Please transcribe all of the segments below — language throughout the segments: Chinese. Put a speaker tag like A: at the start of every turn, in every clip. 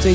A: 最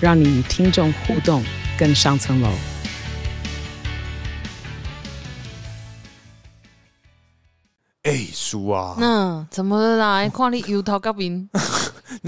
A: 让你与听众互动更上层楼。
B: 哎，叔啊，那
C: 那怎么了啦？哎看你油头高饼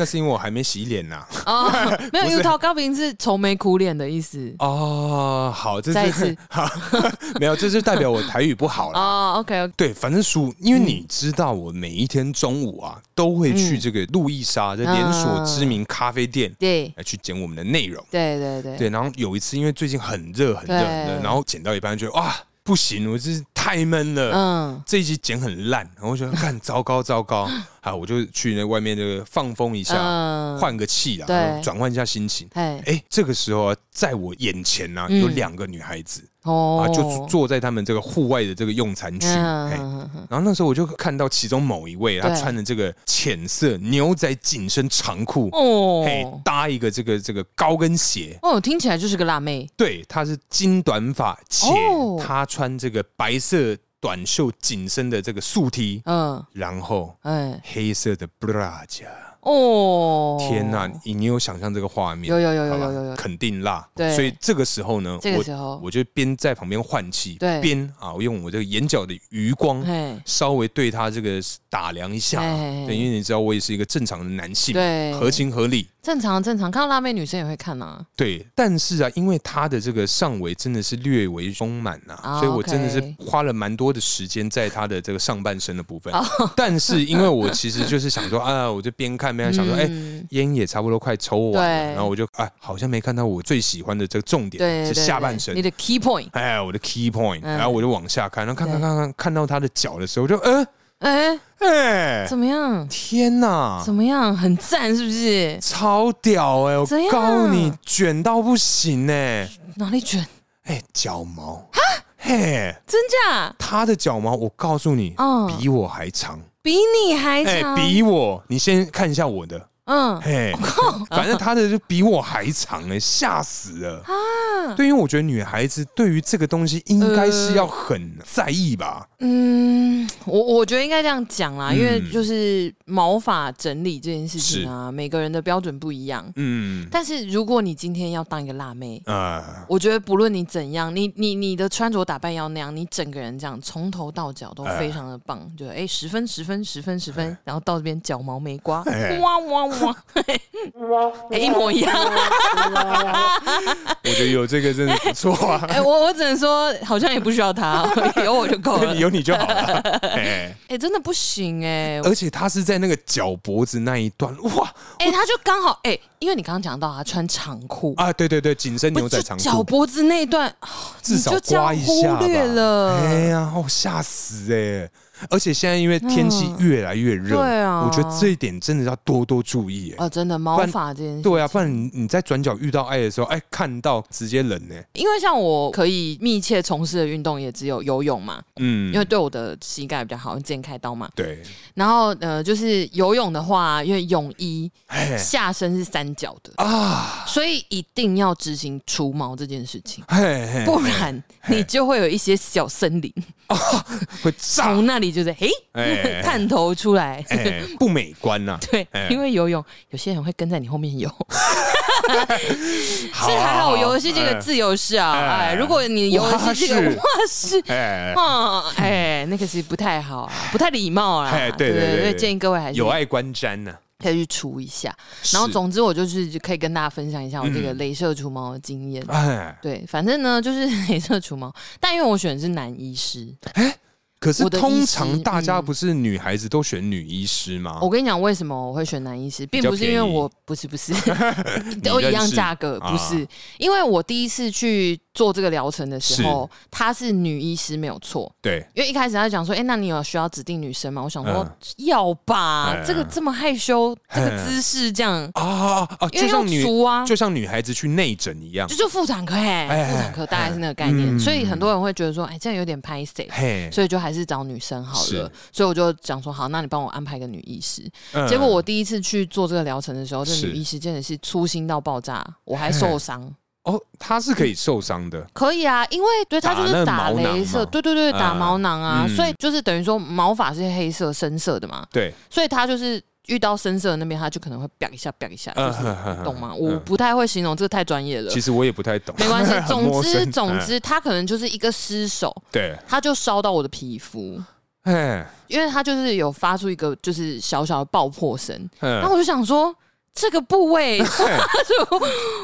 B: 是因为我还没洗脸呐、
C: 哦，没有
B: 不是
C: 油头高饼是愁眉苦脸的意思
B: 哦， 好，这
C: 再一
B: 是
C: 次
B: 好， 没有，这就代表我台语不好 了。
C: 哦。OK，OK，
B: 对，反正叔，因为你知道，我每一天中午啊，都会去
C: 嗯
B: 这个路易莎的连锁知名咖啡店
C: 对
B: 来去剪我们的内容。
C: 对对对，
B: 对，然后有一次，因为最近很热，很热，很热，
C: 对
B: 然后剪到一半，觉得哇，不行，我真是太闷了。
C: 嗯
B: 这一集剪很烂，然后我就得干糟糕糟 糕，好，我就去那外面这个放风一下，
C: 嗯，
B: 换个气啊，
C: 对
B: 然后转换一下心情。
C: 哎
B: 哎、这个时候啊，在我眼前呢、啊，
C: 嗯
B: 有两个女孩子、啊，
C: 哦
B: 就坐在他们这个户外的这个用餐区。哎、
C: 嗯
B: 然后那时候我就看到其中某一位，她
C: 对
B: 穿的这个浅色牛仔紧身长裤，哎、
C: 哦
B: 搭一个这个这个高跟鞋。
C: 哦，听起来就是个辣妹
B: 对，她是金短发，且
C: 哦
B: 她穿这个白色短袖紧身的这个素 T，
C: 嗯
B: 然后
C: 哎
B: 黑色的 bra 夹。
C: 哦，
B: 天呐、你你有想象这个画面？
C: 有有有有
B: 好吧
C: 有有有
B: 肯定辣。
C: 对
B: 所以这个时候呢，
C: 这个时候
B: 我我就边在旁边换气，
C: 对
B: 边啊，我用我这个眼角的余光
C: 嘿
B: 稍微对他这个打量一下啊，
C: 嘿嘿嘿
B: 对，因为你知道我也是一个正常的男性，
C: 对
B: 合情合理。
C: 正常正常，看到辣妹女生也会看啊呐，
B: 对，但是啊，因为他的这个上围真的是略微丰满呐、
C: 啊
B: 所以我真的是
C: OK
B: 花了蛮多的时间在他的这个上半身的部
C: 哦
B: 分。但是因为我其实就是想说啊，我就边看边想说，哎、
C: 嗯
B: 烟也差不多快抽完了，
C: 对
B: 然后我就啊，好像没看到我最喜欢的这个重点
C: 对
B: 是
C: 对
B: 下半
C: 对
B: 身
C: 你。的 key point，
B: 哎，我的 key point，、
C: 嗯
B: 然后我就往下看，然后看看
C: 对
B: 看看看到他的脚的时候，我就呃，
C: 哎
B: 哎、啊
C: 怎么样？
B: 天哪，
C: 怎么样？很赞是不是？
B: 超屌哎、我
C: 怎样
B: 告诉你，卷到不行哎、
C: 哪里卷？
B: 哎，脚毛嘿，
C: 真假？
B: 他的脚毛，我告诉你，
C: 嗯
B: 比我还长，
C: 比你还
B: 哎、
C: 长？
B: 比我，你先看一下我的，
C: 嗯
B: 嘿，反正他的就比我还长哎、吓死了。
C: 啊呃
B: 对，因为我觉得女孩子对于这个东西应该是要很在意吧。
C: 嗯，我我觉得应该这样讲啦，
B: 嗯
C: 因为就是毛发整理这件事情啊，每个人的标准不一样。
B: 嗯，
C: 但是如果你今天要当一个辣妹，
B: 啊、
C: 我觉得不论你怎样，你你你的穿着打扮要那样，你整个人这样从头到脚都非常的棒，就哎十分十分十分十分，然后到这边脚毛没刮，
B: 哎
C: 哇哇哇，哎一模一样。
B: 我觉得有这个真的不错啊，
C: 哎，我我只能说好像也不需要他， 有我就够了。
B: 有你就好了。哎，
C: 哎、真的不行哎、
B: 而且他是在那个脚脖子那一段，哇
C: 哎、他就刚好哎、因为你刚刚讲到他穿长裤，
B: 啊，对对对，紧身牛仔长
C: 不就脚
B: 裤。
C: 脖子那一段，哦
B: 至少
C: 你就这样
B: 刮一下吧
C: 忽略了。
B: 哎呀，哦，吓死哎、而且现在因为天气越来越热、
C: 嗯对啊
B: 我觉得这一点真的要多多注意哎、
C: 哦，真的毛发这件事，
B: 对啊，不然你你在转角遇到爱的时候，哎，看到直接冷欸呢、
C: 因为像我可以密切从事的运动也只有游泳嘛，
B: 嗯
C: 因为对我的膝盖比较好，之前开刀嘛。
B: 对，
C: 然后呃，就是游泳的话，因为泳衣
B: 哎
C: 下身是三角的，
B: 啊，
C: 所以一定要执行除毛这件事情，
B: 嘿嘿，
C: 不
B: 哎
C: 然你就会有一些小森林
B: 会炸
C: 从那里就是嘿
B: 啊哎
C: 探头出来。
B: 哎，不美观 呐、
C: 对
B: 哎，
C: 因为游泳，有些人会跟在你后面游，
B: 好
C: 所以
B: 啊
C: 还好游的是这个自由式啊。
B: 哎
C: 哎，如果你游的是这个蛙式，
B: 哎。哎
C: 嗯，哎，那个是不太好啊，不太礼貌啦。
B: 哎对对对对
C: 对，建议各位还是
B: 有爱观瞻啊呐、
C: 可以去除一下。然后
B: 是嗯
C: 总之，我就是可以跟大家分享一下我这个镭射除毛的经验。
B: 哎，
C: 对，反正呢就是 镭射除毛，但因为我选的是男医师，
B: 可是
C: 我的医
B: 通
C: 师
B: 常大家
C: 嗯
B: 不是女孩子都选女医师吗？
C: 我跟你讲，为什么我会选男医师，并
B: 较
C: 不是因为
B: 便宜
C: 我不是不是都
B: 认
C: 一样
B: 识
C: 价格，
B: 啊
C: 不是、因为我第一次去做这个疗程的时候，她是女医师没有错，
B: 对，
C: 因为一开始她就讲说，哎、那你有需要指定女生吗？我想说、
B: 嗯
C: 要吧，
B: 哎
C: 这个这么害羞，这个
B: 哎
C: 姿势这样，
B: 啊啊啊！就
C: 因为要
B: 像女
C: 除啊，
B: 就像女孩子去内诊一样
C: 就，就妇产科哎、
B: 哎
C: 妇产科大概是那个概念，
B: 嗯
C: 所以很多人会觉得说，哎、这样有点拍谁。
B: 嘿，
C: 所以就还是找女生好了
B: 是，
C: 所以我就讲说好，那你帮我安排个女医师。
B: 嗯
C: 结果我第一次去做这个疗程的时候，这
B: 是
C: 女医师真的是粗心到爆炸，我还受伤。
B: 哦，她是可以受伤的，
C: 可以啊，因为对它
B: 打
C: 就是
B: 那
C: 打
B: 毛囊
C: 镭射，
B: 嘛
C: 对对对，
B: 啊
C: 打毛囊啊，
B: 嗯
C: 所以就是等于说毛发是黑色、深色的嘛，
B: 对，
C: 所以它就是遇到深色的那边，它就可能会啪一下、啪一下，就
B: 嗯
C: 是
B: 哼哼哼
C: 懂吗？
B: 嗯
C: 我不太会形容，这个太专业了
B: 其。实我也不太懂，
C: 没关 系，
B: 很
C: 总
B: 陌
C: 之
B: 生
C: 总，
B: 嗯
C: 之，它可能就是一个失手，
B: 对，
C: 它就烧到我的皮肤，
B: 嘿，
C: 因为它就是有发出一个就是小小的爆破声，然后
B: 嗯
C: 我就想说。这个部位发
B: 嘿
C: 出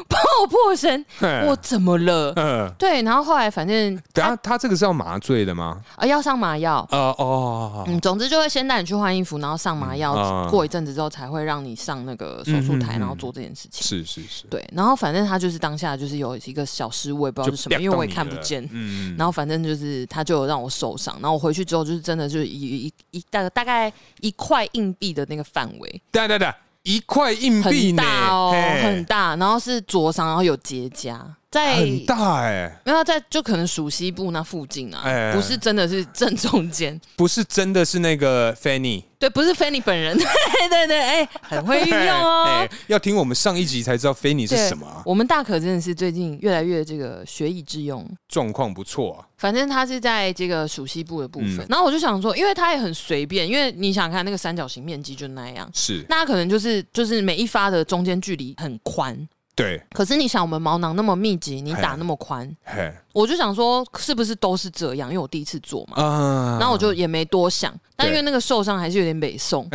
C: 爆破声，
B: 嘿
C: 我啊怎么了？
B: 嗯，
C: 对，然后后来反正
B: 等下她这个是要麻醉的吗？
C: 啊要上麻药，
B: 呃哦，
C: 嗯，总之就会先带你去换衣服，然后上麻药，
B: 啊
C: 过一阵子之后才会让你上那个手术台，
B: 嗯嗯嗯
C: 然后做这件事情。
B: 是是是，
C: 对，然后反正他就是当下就是有一个小失误，我也不知道是什么，
B: 啪
C: 因为
B: 到
C: 我也
B: 你
C: 看不
B: 了
C: 见。
B: 嗯
C: 然
B: 后
C: 后反正就是他就有让我受伤，然后我回去之后就是真的就是一一一大概大概一块硬币的那个范围
B: 对对对，一块硬币
C: 哦很
B: 呢，
C: 大哦，
B: 嘿
C: 很大，然后是灼伤，然后有结痂，在
B: 很大哎，
C: 没有在就可能属西部那附近啊，
B: 哎
C: 不是真的是正中间，
B: 不是真的是那个 Fanny
C: 对，不是菲尼本人， 对对 对，哎、很会运用哦
B: 哎。要听我们上一集才知道 Fanny 是
C: 对
B: 什么啊
C: 我们大可真的是最近越来越这个学以致用。
B: 状况不错啊，
C: 反正他是在这个属西部的部分，
B: 嗯
C: 然后我就想说，因为他也很随便，因为你想看那个三角形面积就那样，
B: 是
C: 那它可能就是就是每一发的中间距离很宽，
B: 对，
C: 可是你想我们毛囊那么密集，你
B: 哎
C: 打那么宽，
B: 嘿
C: 我就想说是不是都是这样？因为我第一次做嘛，
B: 啊，
C: 然后我就也没多想，但因为那个受伤还是有点 美送，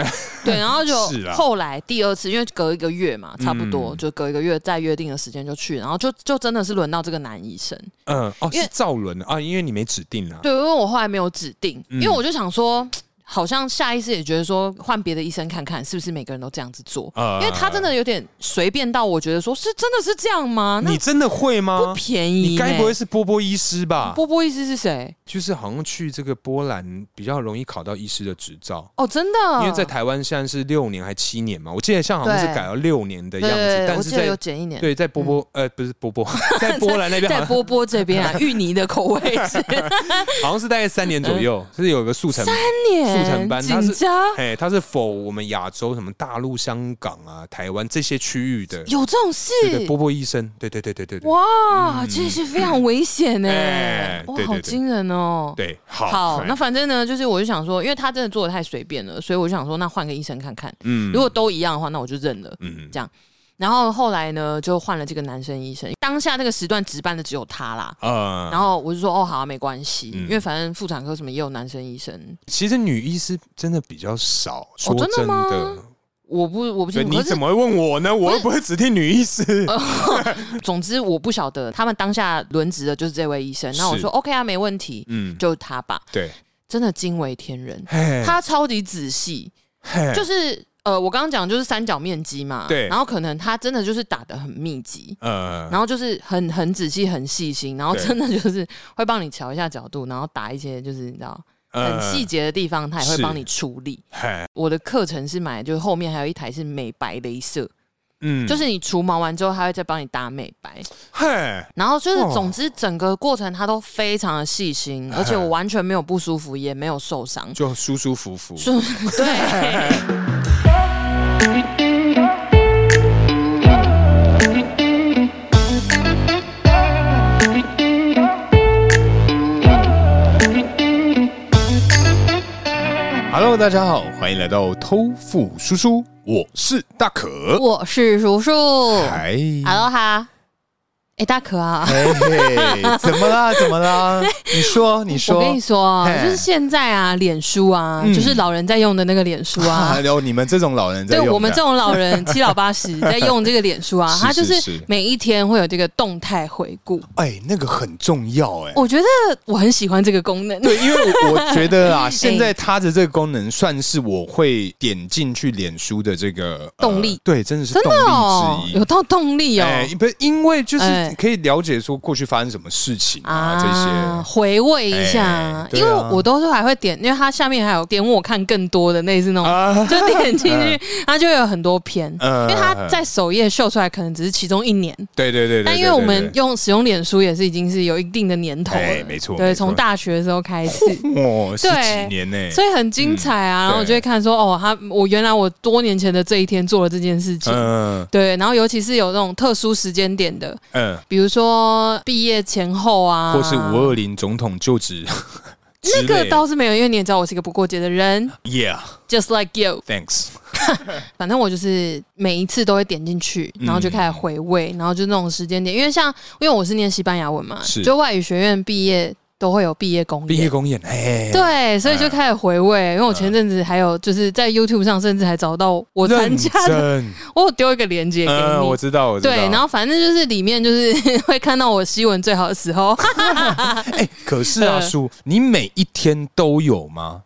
C: 对，然后就是
B: 啊
C: 后来第二次，因为隔一个月嘛，差不
B: 嗯
C: 多、就隔一个月在约定的时间就去，然后就就真的是轮到这个男医生，
B: 嗯哦
C: 因为
B: 是造轮啊，因为你没指定啊，
C: 对，因为我后来没有指定，
B: 嗯
C: 因为我就想说，好像下意识也觉得说换别的医生看看是不是每个人都这样子做，
B: 啊
C: 因为他真的有点随便到我觉得说是真的是这样吗？啊那
B: 你真的会
C: 不
B: 吗？
C: 便宜、
B: 你该不会？是波波医师吧？
C: 波波医师是谁？
B: 就是好像去这个波兰比较容易考到医师的执照。
C: 哦，真的，
B: 因为在台湾现在是六年还七年嘛，我记得像好像是
C: 对
B: 改到六年的
C: 对
B: 样
C: 对
B: 子，
C: 对
B: 但
C: 我
B: 是
C: 记得有
B: 在
C: 减一年。嗯
B: 对在波波呃不是波 波，在波兰那边好
C: 在
B: 像
C: 波波 这边啊，芋泥的口味是
B: 好像是大概三年左右，是有个速成
C: 嗯年
B: 速成班它是
C: 紧 张
B: 哎，它是否我们亚洲什么大陆、香港啊、台湾这些区域的
C: 有这种事
B: 对对波波医生，对对对对对对
C: 哇，这是非常危险呢、
B: 哎
C: 哇，
B: 对对
C: 好
B: 对
C: 惊人哦。
B: 对，好，
C: 好，
B: 哎
C: 那反正呢，就是我就想说，因为他真的做的太随便了，所以我就想说，那换个医生看看，
B: 嗯
C: 如果都一样的话，那我就认了。
B: 嗯
C: 这样然后后来呢，就换了这个男生医生，当下那个时段值班的只有他啦。
B: 呃，
C: 然后我就说哦，好、啊，没关系，
B: 嗯
C: 因为反正妇产科什么也有男生医生，
B: 其实女医师真的比较少，说
C: 哦真的
B: 真
C: 吗
B: 的，
C: 我不我不
B: 所以
C: 清楚，
B: 你
C: 可是哦
B: 怎么会问我呢？我又不会指定女医师，
C: 总之我不晓得他们当下轮值的就是这位医生。那我
B: 是
C: 说 OK 啊，没问题，
B: 嗯，
C: 就他吧，
B: 对，
C: 真的惊为天人。
B: 嘿
C: 他超级仔细，
B: 嘿
C: 就是呃，我刚刚讲就是三角面积嘛，
B: 对
C: 然后可能他真的就是打的很密集。
B: 呃，
C: 然后就是很很仔细、很细心，然后
B: 对
C: 真的就是会帮你调一下角度，然后打一些就是你知道很
B: 呃
C: 细，节的地方，他也会
B: 是
C: 帮你处理。
B: 嘿
C: 我的课程是买，就是后面还有一台是美白镭射，
B: 嗯
C: 就是你除毛完之后，他会再帮你打美白。
B: 嘿，
C: 然后就是
B: 哦，
C: 总之整个过程他都非常的细 心，而且我完全没有不舒服，也没有受伤。
B: 就舒舒服服。
C: 就对，
B: Hello，大家好，欢迎来到偷富叔叔，我是大可。
D: 哦
C: 我是叔叔
B: 哎，
C: ，Hello 哈，哎大可啊，
D: 嘿嘿，怎么 啦？怎么啦？你说，你说。
C: 我跟你说啊，
D: 嘿
C: 就是现在啊，脸书啊，
D: 嗯
C: 就是老人在用的那个脸书 啊
D: 啊，，有你们这种老人在
C: 对
D: 用的
C: 我们这种老人七老八十在用这个脸 书啊，
D: 是
C: 它就是是
D: 是
C: 每一天会有这个动态回顾，
D: 哎，那个很重要哎。
C: 我觉得我很喜欢这个功能。
D: 对，因为我我觉得 啊，现在它的这个功能算是我会点进去脸书的这个呃
C: 动力
D: 对，真的是
C: 真的
D: 动力
C: 哦，
D: 之一
C: 有。到动力哦，
D: 哎，不是因为就是
C: 哎
B: 看可以了解说过去发生什么事情啊这些。
C: 回味一下，
B: 哎对啊
C: 因为我都是还会点，因为它下面还有点我看更多的类似那种，
D: 啊
C: 就点进去，它就会有很多篇，
B: 啊嗯
C: 因为它在首页秀出来可能只是其中一年，
B: 对对对对对，
C: 但因为我们
B: 对对
C: 用使用脸书也是已经是有一定的年头了，
B: 哎没错没
C: 对，
B: 错
C: 从大学的时候开始。
B: 哦，十
C: 对
B: 几年呢、
C: 所以很精彩
B: 嗯
C: 啊，然后我就会看说，哦，他我原来我多年前的这一天做了这件事情，
B: 嗯
C: 对，然后尤其是有那种特殊时间点的，
B: 嗯，
C: 比如说毕业前后啊，
B: 或是五二零总统就职之
C: 那
B: 类，
C: 个倒是没有，因为你也知道我是一个不过节的人
B: Yeah，thanks。
C: ，just like you。反正我就是每一次都会点进去，然后就开始回味，然后就那种时间点，因为像因为我是念西班牙文嘛，
B: 是
C: 就外语学院毕业都会有毕业公
B: 毕业
C: 演。
B: 公演，哎，
C: 对，所以就开始回味，因为我前阵子还有就是在 YouTube 上，甚至还找到我参
B: 嗯认
C: 加的，
B: 真，
C: 我有丢一个链接给
B: 嗯，
C: 你
B: 我，知道，我知道。
C: 对，然后反正就是里面就是 会看到我西文最好的时 候，
B: 哎，可是啊，
C: 呃
B: 叔，你每一天都有吗？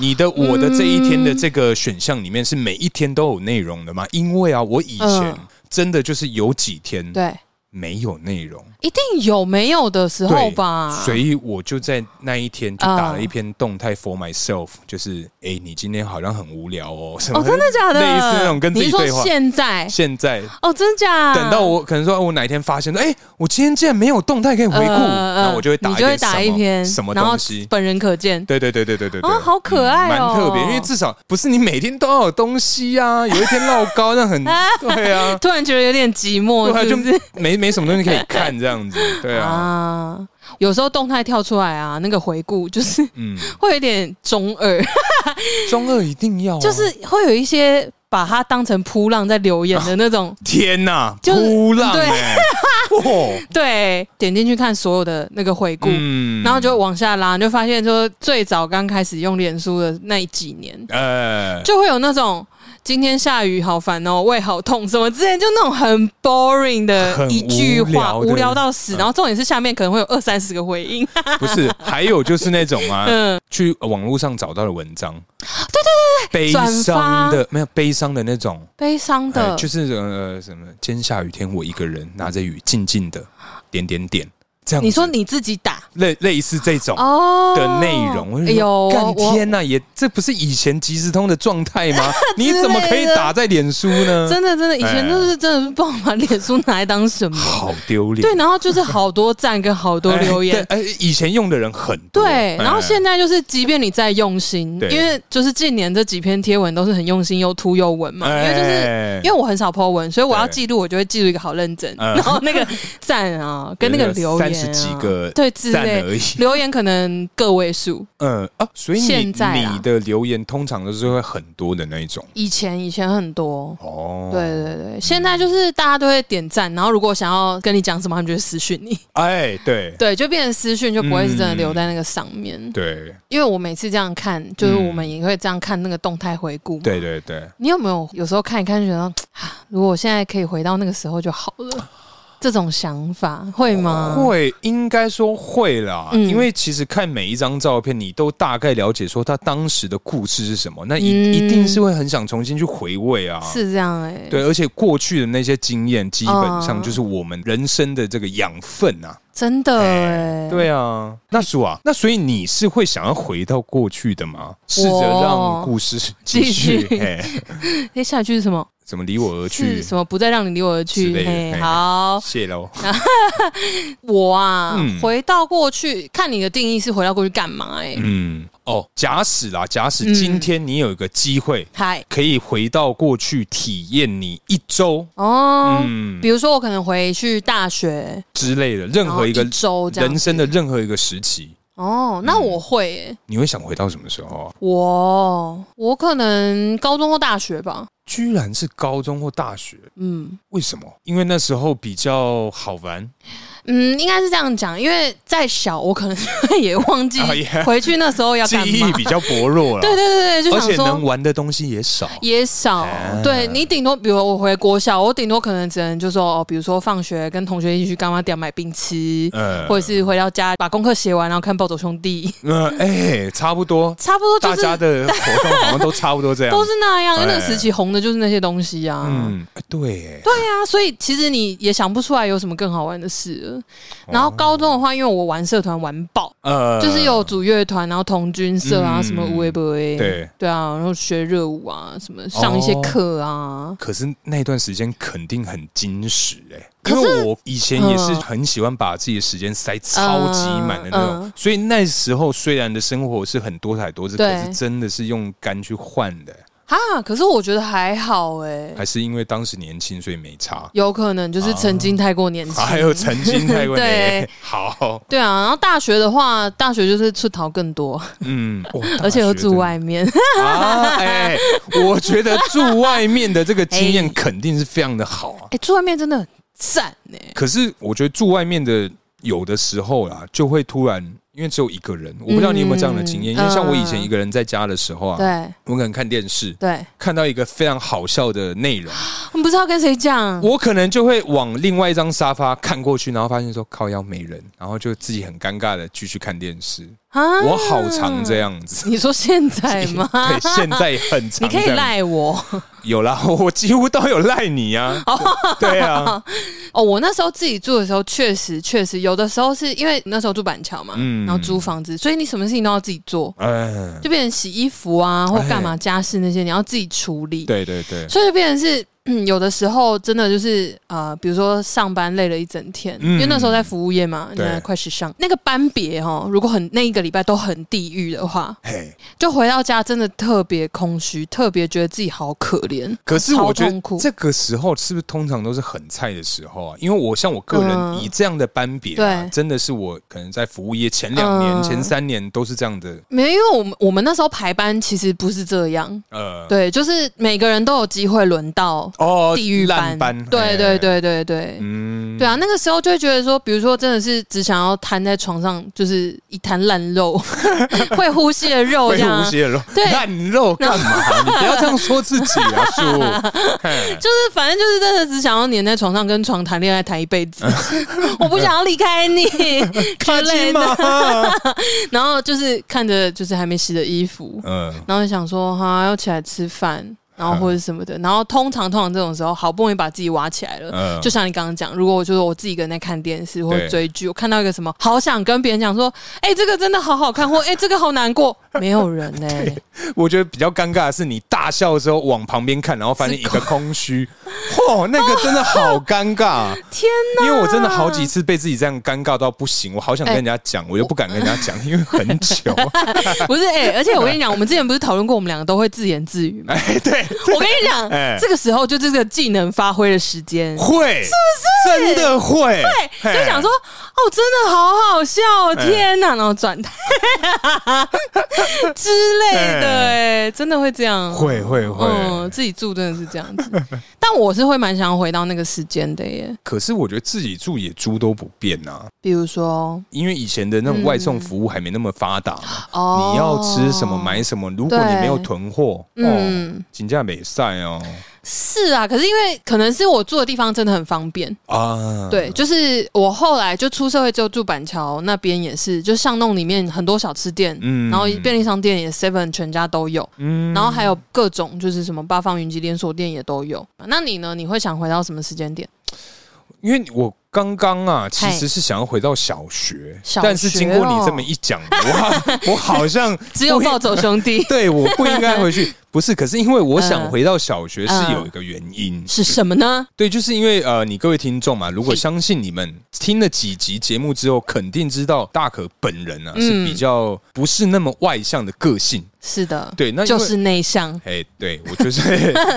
B: 你的我的这一天的这个选项里面是每一天都有内容的吗？因为啊，我以前
C: 嗯
B: 真的就是有几天
C: 对，
B: 没有内容，
C: 一定有没有的时候
B: 对
C: 哦吧，
B: 所以我就在那一天就打了一篇动态 for myself，就是哎、你今天好像很无聊哦， 什么
C: 哦，真的假的？
B: 类似那种跟自
C: 你
B: 己
C: 是说
B: 对话。
C: 现在
B: 现在
C: 哦，真假？
B: 等到我可能说，我哪一天发现，哎、我今天竟然没有动态可以回顾，
C: 呃
B: 那、我就会打
C: 你
B: 一
C: 就会
B: 篇
C: 打
B: 什
C: 一
B: 么
C: 篇
B: 什么
C: 然后
B: 东西。
C: 本人可见。
B: 对对对对对对对，
C: 哦好可爱
B: 蛮、
C: 哦
B: 特别，因为至少不是你每天都要有东西 啊，有一天落高，那很对啊，
C: 突然觉得有点寂
B: 对
C: 寞，
B: 啊，
C: 是
B: 就
C: 不是？
B: 没没什么东西可以看这样子，对啊，
C: 啊，有时候动态跳出来啊，那个回顾就是
B: 嗯，哦
C: 会有点中二，
B: 中二一定要啊、
C: 就是会有一些把它当成扑浪在留言
B: 啊
C: 的那种。
B: 天呐、
C: 就是
B: 扑浪 哎、哦，
C: 对，点进去看所有的那个回顾，
B: 嗯
C: 然后就往下拉，你就发现说最早刚开始用脸书的那几年，
B: 呃，
C: 就会有那种今天下雨好烦哦，胃好痛什么之类，就那种很 boring 的
B: 很
C: 一句话，
B: 无聊
C: 无
B: 的
C: 聊到死。嗯然后重点是下面可能会有二三十个回应，
B: 不是，还有就是那种啊，
C: 嗯，
B: 去网络上找到的文章，对对对悲伤
C: 转
B: 的没有悲伤的那种，
C: 悲伤
B: 哎
C: 的，
B: 就是呃什么，今天下雨天，我一个人拿着雨静静的点点点，这样子
C: 你说你自己打
B: 类类似这种。
C: 哦
B: 的内容，我就
C: 有
B: 说干天
C: 呐，
B: 呐、也这不是以前即时通的状态吗？你怎么可以
C: 之类的
B: 打在脸书呢？
C: 真的真的以前就是真的是不知道把脸书拿来当什么，
B: 好丢脸。
C: 对，然后就是好多赞跟好多留 言，
B: 哎，对哎以前用的人很多，
C: 对，然后
B: 哎
C: 现在就是，即便你再用心，
B: 对
C: 因为就是近年这几篇贴文都是很用心又图又文嘛，因为就是。
B: 哎
C: 因为我很少 po 文，所以我要
B: 对
C: 记录，我就会记录一个好认真。
B: 嗯
C: 然后那个赞啊，跟那个留言、啊，
B: 三十几个
C: 对之
B: 赞
C: 类，
B: 而已，
C: 留言可能个位数。
B: 嗯啊，所以你
C: 现在啦
B: 你的留言通常都是会很多的那一种
C: 以前以前很多，
B: 哦。
C: 对，对对，现在就是大家都会点赞，然后如果想要跟你讲什么，他们就会私讯你。
B: 哎，对
C: 对，就变成私讯，就不会是真的留
B: 嗯
C: 在那个上面。
B: 对
C: 因为我每次这样看，就是
B: 嗯
C: 我们也会这样看那个动态回顾嘛。
B: 对对对，
C: 你有没有有时候看一看就觉得，啊如果我现在可以回到那个时候就好了，这种想法会吗？，
B: 会应该说会啦，
C: 嗯
B: 因为其实看每一张照片，你都大概了解说他当时的故事是什么，那一、
C: 嗯
B: 一定是会很想重新去回味啊。
C: 是这样哎、
B: 对，，而且过去的那些经验，基本上
C: 嗯
B: 就是我们人生的这个养分啊。
C: 真的哎、
B: 对啊，那叔啊，那所以你是会想要回到过去的吗？试着让故事继续，
C: 继续
B: 嘿，
C: 哎，下一句是什么？
B: 怎么离我而去
C: 是？什么？不再让你离我而
B: 之
C: 去。
B: 类的
C: 嘿
B: 嘿
C: 好，
B: 谢喽。
C: 我啊，
B: 嗯
C: 回到过去，看你的定义是回到过去干嘛、哎、
B: 嗯，哦，假使啦，假使
C: 嗯
B: 今天你有一个机会，
C: 嗨，
B: 可以回到过去体验你一周，
C: 哦。
B: 嗯
C: 比如说，我可能回去大学，
B: 之类的，任
C: 然
B: 何
C: 后
B: 一个
C: 周这样
B: 人生的
C: 子
B: 任何一个时期，
C: 哦，那
B: 嗯
C: 我会、欸，
B: 你会想回到什么时候啊？
C: 我我可能高中或大学吧，
B: 居然是高中或大学，
C: 嗯，
B: 为什么？因为那时候比较好玩，
C: 嗯，应该是这样讲，因为再小我可能 也忘记
B: 哦，yeah
C: 回去那时候要
B: 记
C: 干嘛
B: 忆。比较薄弱 了。
C: 对对对对，就
B: 而
C: 想
B: 且能
C: 说
B: 玩的东西也少。
C: 也少。
B: 哎
C: 对你顶多，比如我回国小，我顶多可能只能就说哦，比如说放学跟同学一起去干妈店买冰吃，
B: 嗯
C: 或者是回到家把功课写完，然后看《暴走 兄弟》，
B: 嗯，哎，差不多，
C: 差不多
B: 大
C: 就是
B: 家的活动好像都差不多这样。
C: 都是那样。因为那个
B: 哎
C: 时期红的就是那些东西啊。
B: 嗯，哎对，
C: 对啊，所以其实你也想不出来有什么更好玩的事
B: 哦
C: 了。然后高中的话，因为我玩社团玩爆，
B: 呃
C: 就是有组乐团，然后童军社啊，
B: 嗯
C: 什么无为不为，
B: 对哦
C: 对啊，然后学热舞啊，什么上一些课啊，
B: 可是那段时间肯定很矜持哎、
C: 可
B: 因
C: 是
B: 为我以前也是
C: 嗯
B: 很喜欢把自己的时间塞超级满的那种，
C: 嗯嗯
B: 所以那时候虽然的生活是很多彩多姿，
C: 对
B: 可是真的是用肝去换的，
C: 哈，可是我觉得还好哎、
B: 还是因为当时年轻所以没 差。
C: 有可能就是曾经太过年轻。
B: 啊还有曾经太 过
C: 对
B: 年好，
C: 对啊，然后大学的话，大学就是出逃更多，
B: 嗯，哇
C: 而且有
B: 大
C: 住。
B: 学
C: 外面。
B: 真的啊，哎、我觉得住外面的这个经验
C: 哎
B: 肯定是非常的好啊。
C: 哎、住外面真的很赞哎、
B: 可是我觉得住外面的有的时候啦，就会突然因为只有一个人，我不知道你有没有这样的经验。
C: 嗯
B: 因为像我以前一个人在家的时候啊，
C: 对
B: 我可能看电视，
C: 对，
B: 看到一个非常好笑的内容，
C: 我不知道跟谁讲。
B: 我可能就会往另外一张沙发看过去，然后发现说靠腰没人，然后就自己很尴尬的继续看电视。
C: 啊
B: 我好常这。样子。
C: 你说现在吗？
B: 对，现在很常
C: 哎 你可以
B: 这样
C: 赖我
B: 有啦，我几乎都有赖你啊。对啊，
C: 哦。我那时候自己住的时候，确实确实有的时候是因为那时候住板桥嘛，
B: 嗯
C: 然后租房子，所以你什么事情都要自己做，
B: 嗯，
C: 就变成洗衣服啊或
B: 哎
C: 干嘛家事那些，你要自己处理。
B: 对对对，
C: 所以就变成是，嗯，有的时候真的就是呃，比如说上班累了一整天，
B: 嗯
C: 因为那时候在服务业嘛，
B: 对
C: 那快时尚那个班别哦，如果很那一个礼拜都很地狱的话，
B: 嘿。
C: 就回到家真的特别空虚，特别觉得自己好可怜。
B: 可是我觉
C: 超
B: 得
C: 痛苦
B: 这个时候是不是通常都是很菜的时候啊？因为我像我个人
C: 嗯
B: 以这样的班别、啊，
C: 对
B: 真的是我可能在服务业前两年、
C: 嗯
B: 前三年都是这样的。
C: 没有，因为我们我们那时候排班其实不是这样，
B: 呃，
C: 对，就是每个人都有机会轮到
B: 哦，
C: 地狱
B: 烂
C: 班，
B: 班，哎
C: 对
B: 嘿
C: 对，对对对，
B: 嗯
C: 对啊，那个时候就会觉得说，比如说真的是只想要瘫在床上，就是一滩烂 肉，会呼吸的肉
B: 会
C: 这样
B: 呼，吸的肉，
C: 对
B: 烂肉干嘛？你不要这样说自己啊， 叔。嘿
C: 就是反正就是真的只想要黏在床上跟床谈恋爱谈一 辈子，我不想要离开你之类的。 然后就是看着就是还没洗的衣服，
B: 嗯，
C: 然后想说哈要起来吃饭，然后或者什么的，然后通常通常这种时候好不容易把自己挖起来了。
B: 嗯
C: 就像你刚刚讲，如果我就是我自己一个人在看电视或者
B: 对
C: 追剧，我看到一个什么，好想跟别人讲说，哎、这个真的好好看，或哎、这个好难过，没有人欸呢、
B: 我觉得比较尴尬的是，你大笑的时候往旁边看，然后发现一个空虚，嚯，那个真的好尴尬。
C: 天哪！
B: 因为我真的好几次被自己这样尴尬到不行，我好想跟人家讲，我又不敢跟人家讲，因为很糗。
C: 不是哎、而且我跟你讲，我们之前不是讨论过，我们两个都会自言自语吗？
B: 哎，对，
C: 我跟你讲，
B: 哎
C: 这个时候就这个技能发挥的时间。
B: 会是不是真的会？
C: 对，就想说，
B: 嘿
C: 哦，真的好好笑哦，天哪！然后转 台之类的，哎，真的会这样。
B: 会会
C: 嗯，
B: 会。
C: 自己住真的是这样子，但我是会蛮想要回到那个时间的耶。
B: 可是我觉得自己住也租都不变呐，
C: 比如说，
B: 因为以前的那种外送服务还没那么发达嘛。
C: 哦，
B: 你要吃什么买什么，如果你
C: 对
B: 没有囤货，哦，
C: 嗯，
B: 请假没晒哦
C: 是啊，可是因为可能是我住的地方真的很方便，
B: 啊，
C: 对，就是我后来就出社会之后住板桥那边也是，就巷弄里面很多小吃店，
B: 嗯
C: 然后便利商店也 Seven 全家都有，
B: 嗯
C: 然后还有各种就是什么八方云集连锁店也都有。那你呢？你会想回到什么时间点？
B: 因为我刚刚啊，其
C: 嗨
B: 实是想要回到小学，
C: 小哦
B: 但是经过你这么一讲， 我我好像
C: 只有
B: 不应
C: 暴走兄弟
B: 对，我不应该回 去。不是，可是因为我想
C: 嗯
B: 回到小学是
C: 嗯
B: 有一个原因，
C: 是什么呢？
B: 对，就是因为呃，你各位听众嘛，如果
C: 嘿
B: 相信你们听了几集节目之后，肯定知道大可本人啊是
C: 嗯
B: 比较不是那么外向的个性。
C: 是的，
B: 对那因为
C: 就是内向。
B: 哎、对我就是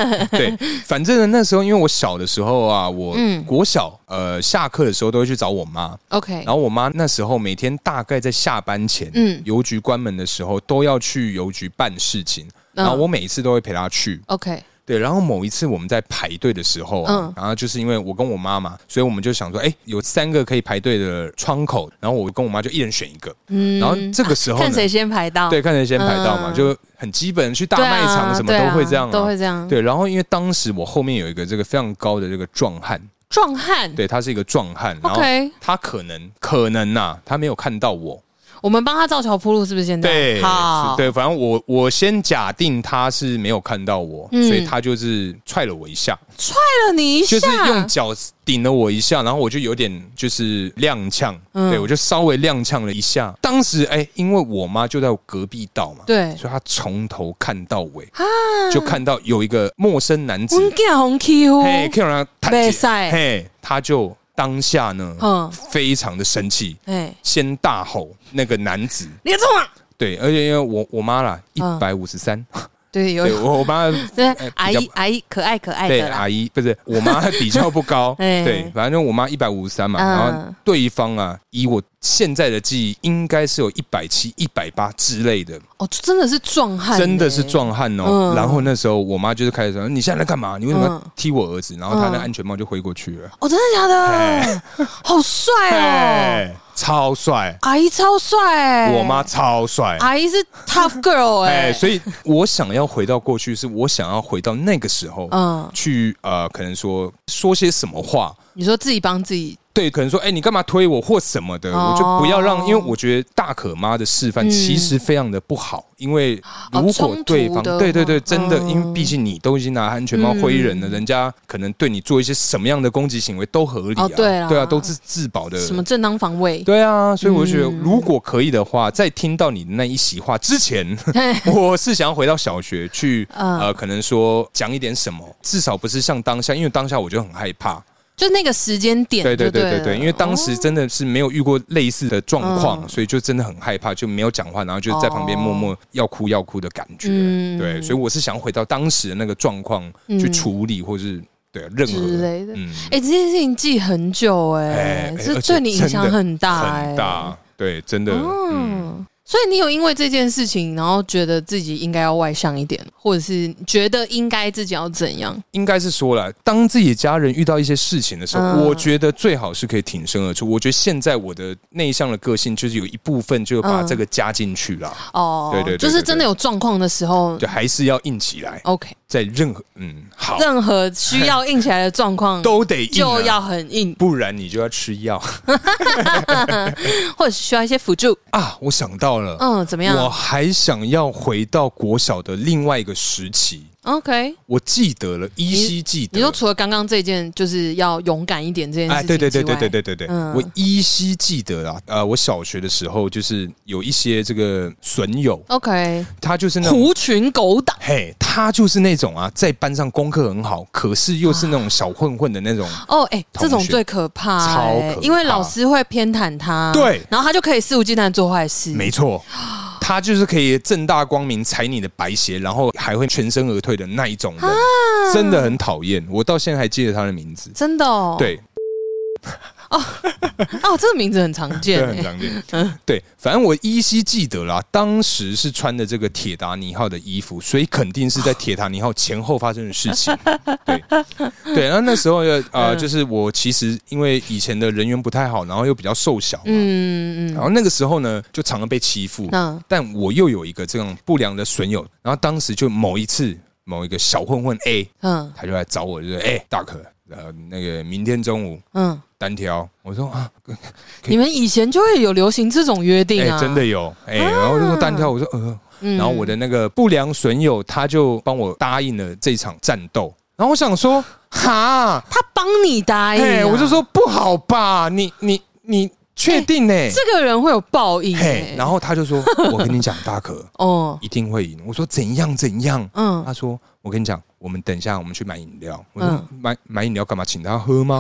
B: 对，反正呢，那时候因为我小的时候啊，我
C: 嗯
B: 国小呃下课的时候都会去找我妈，
C: OK，
B: 然后我妈那时候每天大概在下班前，
C: 嗯
B: 邮
C: 嗯
B: 局关门的时候都要去邮局办事情，然后我每一次都会陪她去。
C: OK，
B: 对，然后某一次我们在排队的时候啊，
C: 嗯
B: 然后就是因为我跟我妈妈，所以我们就想说，哎，有三个可以排队的窗口，然后我跟我妈就一人选一个，
C: 嗯
B: 然后这个时候
C: 看
B: 呢，
C: 谁先排到，
B: 对，看谁先排到嘛，
C: 嗯
B: 就很基本，去大
C: 对啊，
B: 卖场什么
C: 对啊
B: 都会这样、啊
C: 都会这样。
B: 对，然后因为当时我后面有一个这个非常高的这个壮汉，
C: 壮汉
B: 对他是一个壮汉，然后
C: ，OK，
B: 他可能可能呐、他没有看到我，
C: 我们帮他造桥铺路，是不是现在？
B: 对，
C: 嗯好，
B: 是对，反正我我先假定他是没有看到我，
C: 嗯
B: 所以他就是踹了我一下，
C: 踹了你一下，
B: 就是用脚顶了我一下，然后我就有点就是踉跄，
C: 嗯
B: 对我就稍微踉跄了一下。当时哎、因为我妈就在我隔壁道嘛，
C: 对
B: 所以她从头看到尾，
C: 啊，嗯
B: 就看到有一个陌生男子
C: 我，见红 Q，
B: 嘿，看到他
C: 不
B: 弹起
C: 可以
B: 嘿，他就当下呢，
C: 嗯
B: 非常的生气，
C: 哎，
B: 先大吼那个男子，
C: 你冲啊！
B: 对，而且因为我我妈啦，一
C: 嗯
B: 百五十三，
C: 对，有
B: 对我我妈
C: 对
B: 比较
C: 阿姨阿姨可爱可爱
B: 对
C: 的啦，
B: 阿姨不是我妈比较不 高，
C: 哎
B: 对，反正我妈一百五十三嘛，
C: 嗯
B: 然后对方啊，以我现在的记忆，应该是有一百七、一百八之类的，
C: 哦，真的是壮汉，
B: 真的是。壮汉哦
C: 嗯。
B: 然后那时候我妈就是开始说：“你现在在干嘛？你为什么要
C: 嗯
B: 踢我儿子？”然后她的
C: 嗯
B: 安全帽就挥过去了，
C: 哦，真的假的？好帅哦！
B: 哎，超帅，
C: 阿姨超帅、欸，
B: 我妈超帅。
C: 阿姨是 tough girl 哎、
B: 哎，所以我想要回到过去，是我想要回到那个时候，
C: 嗯，
B: 去呃，可能说说些什么话，
C: 你说自己帮自己，
B: 对，可能说，哎、你干嘛推我或什么的，
C: 哦
B: 我就不要让，因为我觉得大可妈的示范
C: 嗯
B: 其实非常的不好，因为
C: 哦
B: 如
C: 冲
B: 果
C: 突
B: 对方，
C: 的
B: 对对
C: 话
B: 对，真的，
C: 嗯
B: 因为毕竟你都已经拿安全帽挥人了，
C: 嗯
B: 人家可能对你做一些什么样的攻击行为都合理啊，
C: 哦对啦
B: 啊，都是自保的。
C: 什么正当防卫，
B: 对啊，所以我就觉得，
C: 嗯
B: 如果可以的话，在听到你的那一席话之 前，
C: 嘿
B: 我是想要回到小学去，
C: 嗯
B: 呃，可能说讲一点什么，至少不是像当下，因为当下我就很害怕，
C: 就那个时间点
B: 对
C: 就
B: 对
C: 对
B: 对对
C: 了
B: 对，因为当时
C: 哦
B: 真的是没有遇过类似的状况，
C: 嗯
B: 所以就真的很害怕，就没有讲话，然后就在旁边
C: 哦
B: 默默要哭要哭的感觉。
C: 嗯
B: 对，所以我是想回到当时的那个状况
C: 嗯
B: 去处理，或是对任何
C: 之类的
B: 嗯，
C: 哎、这件事情记很久哎、
B: 哎哎
C: 这
B: 而且
C: 对你影响
B: 真的
C: 很大哎、
B: 很大，对，真的，嗯，
C: 嗯。所以你有因为这件事情，然后觉得自己应该要外向一点，或者是觉得应该自己要怎样？
B: 应该是说了，当自己的家人遇到一些事情的时候，
C: 嗯
B: 我觉得最好是可以挺身而出。我觉得现在我的内向的个性，就是有一部分就把
C: 嗯
B: 这个加进去了，
C: 哦，
B: 对对对
C: 就是
B: 对对
C: 真的有状况的时候
B: 就还是要硬起来，
C: ，OK，
B: 在任何嗯好。
C: 任何需要硬起来的状况
B: 都得硬啊
C: 就要很硬，
B: 不然你就要吃药
C: 或者是需要一些辅助。
B: 啊！我想到了，
C: 嗯，怎么样
B: 我还想要回到国小的另外一个时期，
C: ？OK，
B: 我记得了，依稀记得。
C: 你说除了刚刚这件，就是要勇敢一点这件事
B: 哎，
C: 情
B: 对对对
C: 之外
B: 对对对对对，
C: 嗯
B: 我依稀记得啦。呃，我小学的时候就是有一些这个损友，
C: ，OK，
B: 他就是那种。
C: 狐群狗党，
B: 嘿他就是那种啊，在班上功课很好，可是又是那种小混混的那种。
C: 哦，哎、
B: 同
C: 这种
B: 学
C: 最可怕、
B: 超
C: 欸，
B: 可
C: 因为
B: 怕
C: 老师会偏袒他，
B: 对
C: 然后他就可以肆无忌惮地做坏事，
B: 没错，他就是可以正大光明踩你的白鞋，然后还会全身而退的那一种人。
C: 啊
B: 真的很讨厌，我到现在还记得他的名字。
C: 真的哦，
B: 对，
C: 哦，这个名字很常见、
B: 这很
C: 欸，
B: 常见。嗯对，反正我依稀记得啦，当时是穿的这个铁达尼号的衣服，所以肯定是在铁达尼号前后发生的事 情。对，对。然后那时候呃，呃
C: 嗯
B: 就是我其实因为以前的人缘不太好，然后又比较瘦小，
C: 嗯
B: 然
C: 嗯
B: 后那个时候呢，就常常被欺负。
C: 嗯，
B: 但我又有一个这种不良的损友，然后当时就某一次，某一个小混混 A，
C: 那嗯
B: 他就来找我，就说：“哎、大可，呃，那个明天中午
C: 嗯，
B: 单挑。”我说：“啊，可以
C: 你们以前就会有流行这种约定啊，
B: 哎真的，有，哎、然后就说单挑，我说呃，
C: 嗯
B: 然后我的那个不良损友他就帮我答应了这场战斗，然后我想说，哈，
C: 他帮你答
B: 哎、
C: 应、啊，
B: 我就说不好吧，你你你确定呢、欸？
C: 哎这个人会有报应、
B: 嘿、
C: 欸，
B: 然后他就 说，我跟你讲，大可
C: 哦，
B: 一定会赢。我说怎样怎样？
C: 嗯
B: 他说：“我跟你讲，我们等一下，我们去买饮料。”我说：“
C: 嗯
B: 买买饮料干嘛？请他喝 吗？”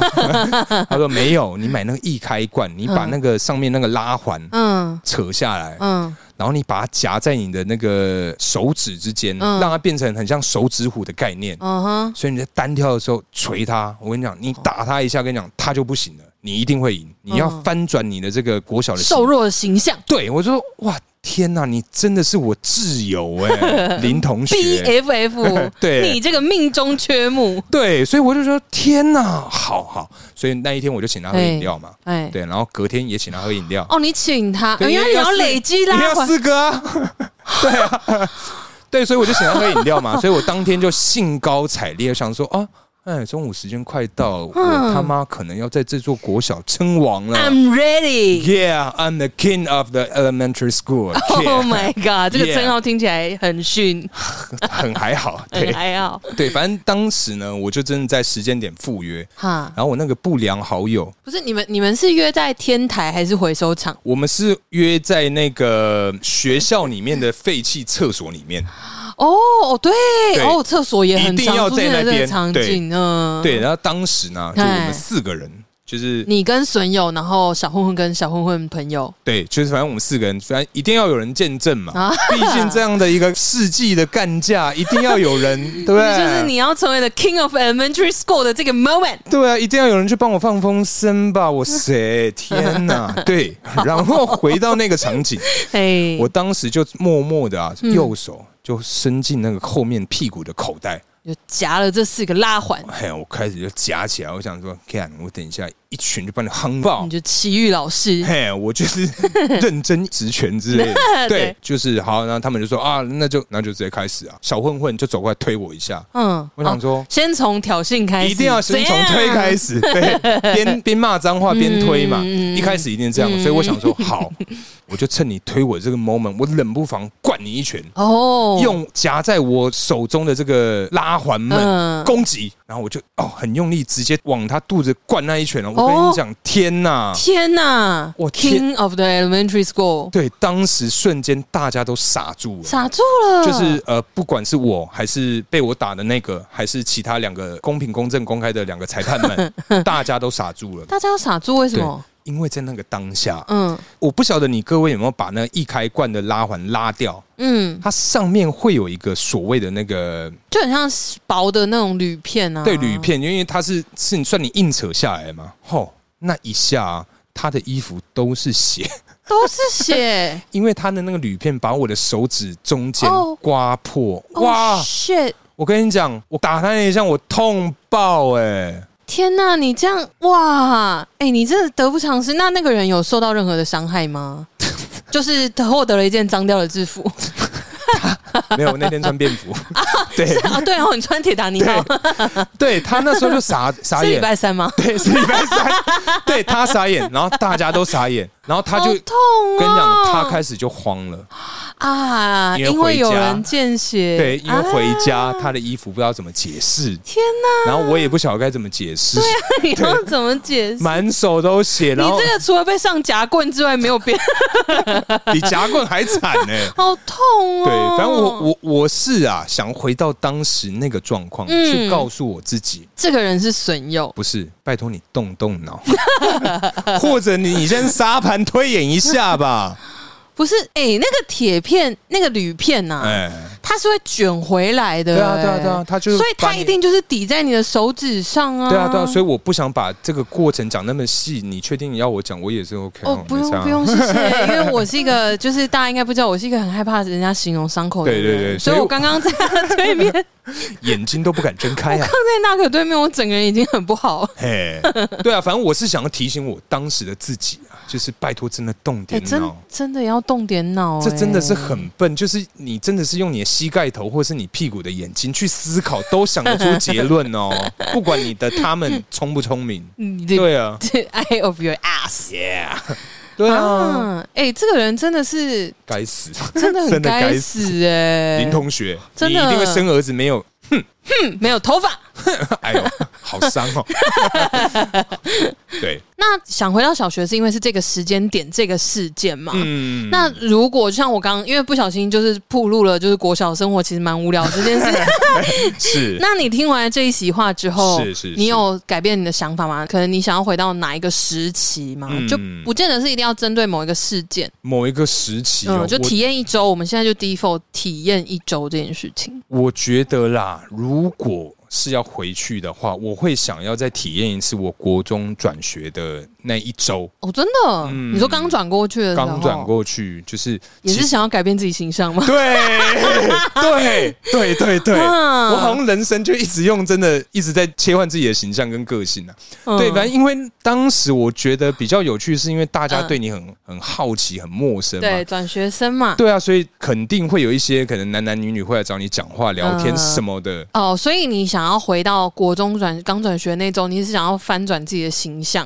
B: 他说：“没有，你买那个易开罐，你把
C: 嗯
B: 那个上面那个拉环
C: 嗯
B: 扯下来，
C: 嗯，
B: 然后你把它夹在你的那个手指之间，
C: 嗯
B: 让它变成很像手指虎的概念。
C: 嗯哼，
B: 所以你在单挑的时候捶它，我跟你讲，你
C: 哦
B: 打它一下，跟你讲，它就不
C: 嗯
B: 行了，你一定会赢。你要翻转你的这个国小的
C: 瘦
B: 形
C: 弱的形象，
B: 对我就说哇，天哪，你真的是我挚友哎、 林同
C: B
B: 学。
C: F F，
B: 对
C: 你这个命中缺木，
B: 对，所以我就说天哪，好好，所以那一天我就请他喝饮料嘛，
C: 哎，
B: 对，然后隔天也请他喝饮料，
C: 哦，你请他，
B: 对
C: 因为你要
B: 四
C: 累积
B: 因为
C: 拉
B: 要
C: 环，
B: 四个啊，对 啊，对，所以我就请他喝饮料嘛，所以我当天就兴高采烈，想说啊，哎，中午时间快到，我
C: 嗯
B: 他妈可能要在这座国小称王了。
C: I'm ready。
B: Yeah, I'm the king of the elementary school.
C: Oh
B: Yeah,
C: my god，这个称号听起来很逊，
B: 很还好，
C: 很
B: 对
C: 还好
B: 对，反正当时呢，我就真的在时间点赴约，
C: 哈。
B: 然后我那个不良好友，
C: 不是你们，你们是约在天台还是回收场？
B: 我们是约在那个学校里面的废弃厕所里面，
C: 哦哦，对，
B: 对
C: 哦，厕所也很
B: 一定要
C: 常出现
B: 在
C: 的
B: 那
C: 这个
B: 边
C: 场景，嗯，
B: 对，。然后当时呢，就我
C: 哎
B: 们四个人，就是
C: 你跟损友，然后小混混跟小混混朋友，
B: 对，就是反正我们四个人，反正一定要有人见证嘛
C: 啊，
B: 毕竟这样的一个世纪的干架，一定要有人，对 不
C: 你
B: 对？
C: 就是你要成为 the king of elementary school 的这个 moment。
B: 对啊，一定要有人去帮我放风声吧！ 我谁？天哪！对，然后回到那个场景，
C: 嘿，
B: 我当时就默默的啊，
C: 嗯
B: 右手就伸进那个后面屁股的口袋，
C: 就夹了这四个拉环，
B: 哎呀，我开始就夹起来，我想说，看我等一下一拳就把你夯爆
C: 你。就奇遇老师，
B: 嘿，我就是 认真职权之类的，
C: 对
B: 对，就是好。然后他们就说啊，那就那就直接开始啊。小混混就走过来推我一下，
C: 嗯，
B: 我想说
C: 哦先从挑衅开始，
B: 一定要先从推开 始，对，边边骂脏话边推嘛。
C: 嗯
B: 一开始一定这样，所以我想说，好，我就趁你推我这个 moment，我冷不防灌你一拳，
C: 哦，
B: 用夹在我手中的这个拉环
C: 嗯
B: 们攻击，然后我就哦很用力，直接往他肚子灌那一拳哦了。我跟
C: 哦
B: 你讲，天哪！
C: 天呐！
B: 我
C: k i
B: 天
C: n g of the elementary school
B: 对，当时瞬间大家都傻住了。
C: 傻住了，
B: 就是呃，不管是我还是被我打的那个，还是其他两个公平、公正、公开的两个裁判 们，大家都傻住了。
C: 大家要傻住，为什
B: 对
C: 么？
B: 因为在那个当下，
C: 嗯
B: 我不晓得你各位有没有把那易开罐的拉环拉掉，
C: 嗯，
B: 它上面会有一个所谓的那个
C: 就很像是薄的那种铝片啊，
B: 对铝，片，因为它是是你算你硬扯下来嘛，吼，那一下啊、他的衣服都是血，
C: 都是血
B: 因为他的那个铝片把我的手指中间
C: 哦
B: 刮破，
C: 哇、
B: 哇
C: oh,！，shit！
B: 我跟你讲，我打他那一下我痛爆哎、
C: 天呐，你这样哇，哎、你真的得不偿失。那那个人有受到任何的伤 害吗？就是获得了一件脏掉的制服
B: 没有，那天穿便服，对
C: 啊！对哦，你穿铁达尼号，
B: 对，对他那时候就 傻傻
C: 是礼
B: 眼，
C: 拜三吗？
B: 对，是礼拜三，对他傻眼，然后大家都傻眼，然后他就
C: 好痛哦！
B: 跟你讲，他开始就慌了，
C: 啊，
B: 因为
C: 因为
B: 回
C: 有
B: 家
C: 人见血，
B: 对，因为回家
C: 啊
B: 他的衣服不知道怎么解释，
C: 天哪，
B: 然后我也不晓得该怎么解释，
C: 你要怎么解释？
B: 满手都血，
C: 啊你
B: 然后
C: 这个除了被上夹棍之外，没有别 的，
B: 比夹棍还惨呢。
C: 好痛哦！
B: 对，反正我我我是啊，想回到当时那个状况，
C: 嗯
B: 去告诉我自己，
C: 这个人是损友，
B: 不是，拜托你动动脑， 或者你你先沙盘推演一下吧。
C: 不是？哎、那个铁片、那个铝片呐、
B: 哎，
C: 它是会卷回来的、
B: 对啊，
C: 哎
B: 对啊，对啊，，他就是
C: 所以
B: 把
C: 它
B: 你
C: 一定就是抵在你的手指上啊。
B: 对啊，对啊，所
C: 以
B: 以我不想把这个过程讲那么细。你确定你要我讲，我也是 OK
C: 哦
B: 啊。，
C: 不
B: 没差啊
C: 用不。用，谢谢，因为我是一个，就是大家应该不知道，我是一个很害怕人家形容伤口的人，
B: 对对对所
C: 所以
B: 以
C: 我
B: 我
C: 刚刚在他 对面，刚
B: 眼睛都不敢睁 开啊。
C: 在那个对面，我整个人已经很 不好了。
B: 嘿，对啊，反正我是想要提醒我当时的自己啊，就是拜托，真的动
C: 哎、
B: 点
C: 真
B: 脑。
C: 真的要动点脑、
B: 这真的是
C: 哎
B: 很笨，就是你真的是用你的膝盖头或是你屁股的眼睛去思考，都想得出结论 哦。不管你的他们聪不聪明，
C: 你的
B: 对啊
C: eye of your ass。
B: ，Yeah，对啊，
C: 啊，哎、这个人真的 是
B: 该死，
C: 真的 很
B: 真的
C: 该
B: 该
C: 死哎、
B: 林同学，你
C: 真
B: 一
C: 的
B: 定会生儿子没有？
C: 没有头发。
B: 哎呦，好伤 哦。对，
C: 那想回到小学，是因为是这个时间点、这个事件嘛？
B: 嗯，
C: 那如果就像我刚，因为不小心就是暴露了，就是国小生活其实蛮无聊 这件事。
B: 是
C: 那你听完这一席话之后，
B: 是是是
C: 你有改变你的想法吗？可能你想要回到哪一个时期吗？
B: 嗯
C: 就不见得是一定要针对某一个事件，
B: 某一个时期、哦
C: 嗯，就
B: 我
C: 体验一周。我们现在就 default 体验一周这件事情。
B: 我觉得啦，如果是要回去的话，我会想要再体验一次我国中转学的那一周，
C: 哦，真的，你说刚转过去的时候，
B: 嗯刚转过去就是
C: 也
B: 其
C: 是
B: 实
C: 想要改变自己形象吗？
B: 对对对对对，
C: 嗯
B: 我好像人生就一直用真的一直在切换自己的形象跟个性啊。
C: 嗯
B: 对，反正因为当时我觉得比较有趣，是因为大家
C: 嗯
B: 对你很很好奇、很陌生嘛。
C: 对转学生嘛，
B: 对啊，所以肯定会有一些可能男男女女会来找你讲话、聊天
C: 嗯
B: 什么的。
C: 哦，所以你想要回到国中转刚转学那周，你是想要翻转自己的形象，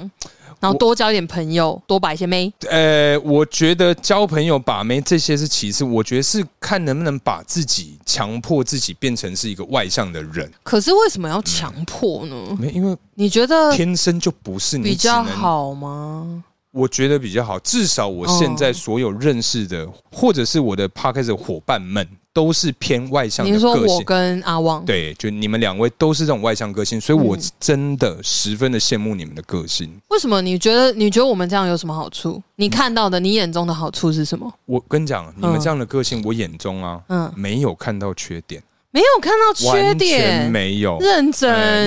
C: 然
B: 我
C: 后多交一点朋友，多把一些妹。
B: 呃，我觉得交朋友、把妹这些是其次，我觉得是看能不能把自己强迫自己变成是一个外向的人。
C: 可是为什么要强迫呢？
B: 没，因为
C: 你觉得
B: 天生就不是你
C: 呃比较
B: 只能
C: 好吗？
B: 我觉得比较好，至少我现在所有认识的，
C: 哦
B: 或者是我的 p a r k e 的伙伴们，都是偏外向的
C: 你说
B: 个
C: 我
B: 性。
C: 跟阿旺，
B: 对，就你们两位都是这种外向个性，所以我
C: 嗯
B: 真的十分的羡慕你们的个性。
C: 为什么你觉得你觉得我们这样有什么好处？你看到的，你眼中的好处是什么？
B: 我跟你讲，你们这样的个性，我眼中啊，
C: 嗯，
B: 没有看到缺点，
C: 没有看到缺
B: 完全
C: 点，
B: 没有。
C: 认
B: 哎因为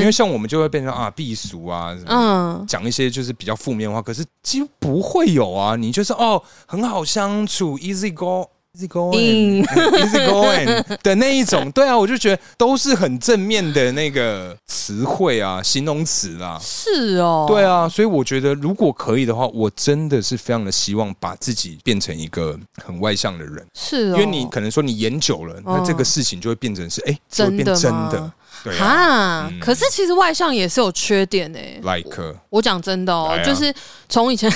C: 真，
B: 像我们就会变成啊避俗啊，什么
C: 嗯，
B: 讲一些就是比较负面的话，可是几乎不会有啊。你就是哦，很好相处，easy go。Easy going,
C: 嗯
B: easy going 的那一 种，对啊，我就觉得都是很正面的那个词汇啊，形容词啦，
C: 是哦，
B: 对啊，所以我觉得如果可以的话，我真的是非常的希望把自己变成一个很外向的人，
C: 是
B: 因
C: 哦，
B: 为你可能说你演久了，那这个事情就会变成是哎，就会变真
C: 真的吗
B: 的，对啊
C: 哈
B: 嗯，
C: 可是其实外向也是有缺点的。
B: ，like
C: 我讲真的哦
B: 来，啊
C: 就是从 以前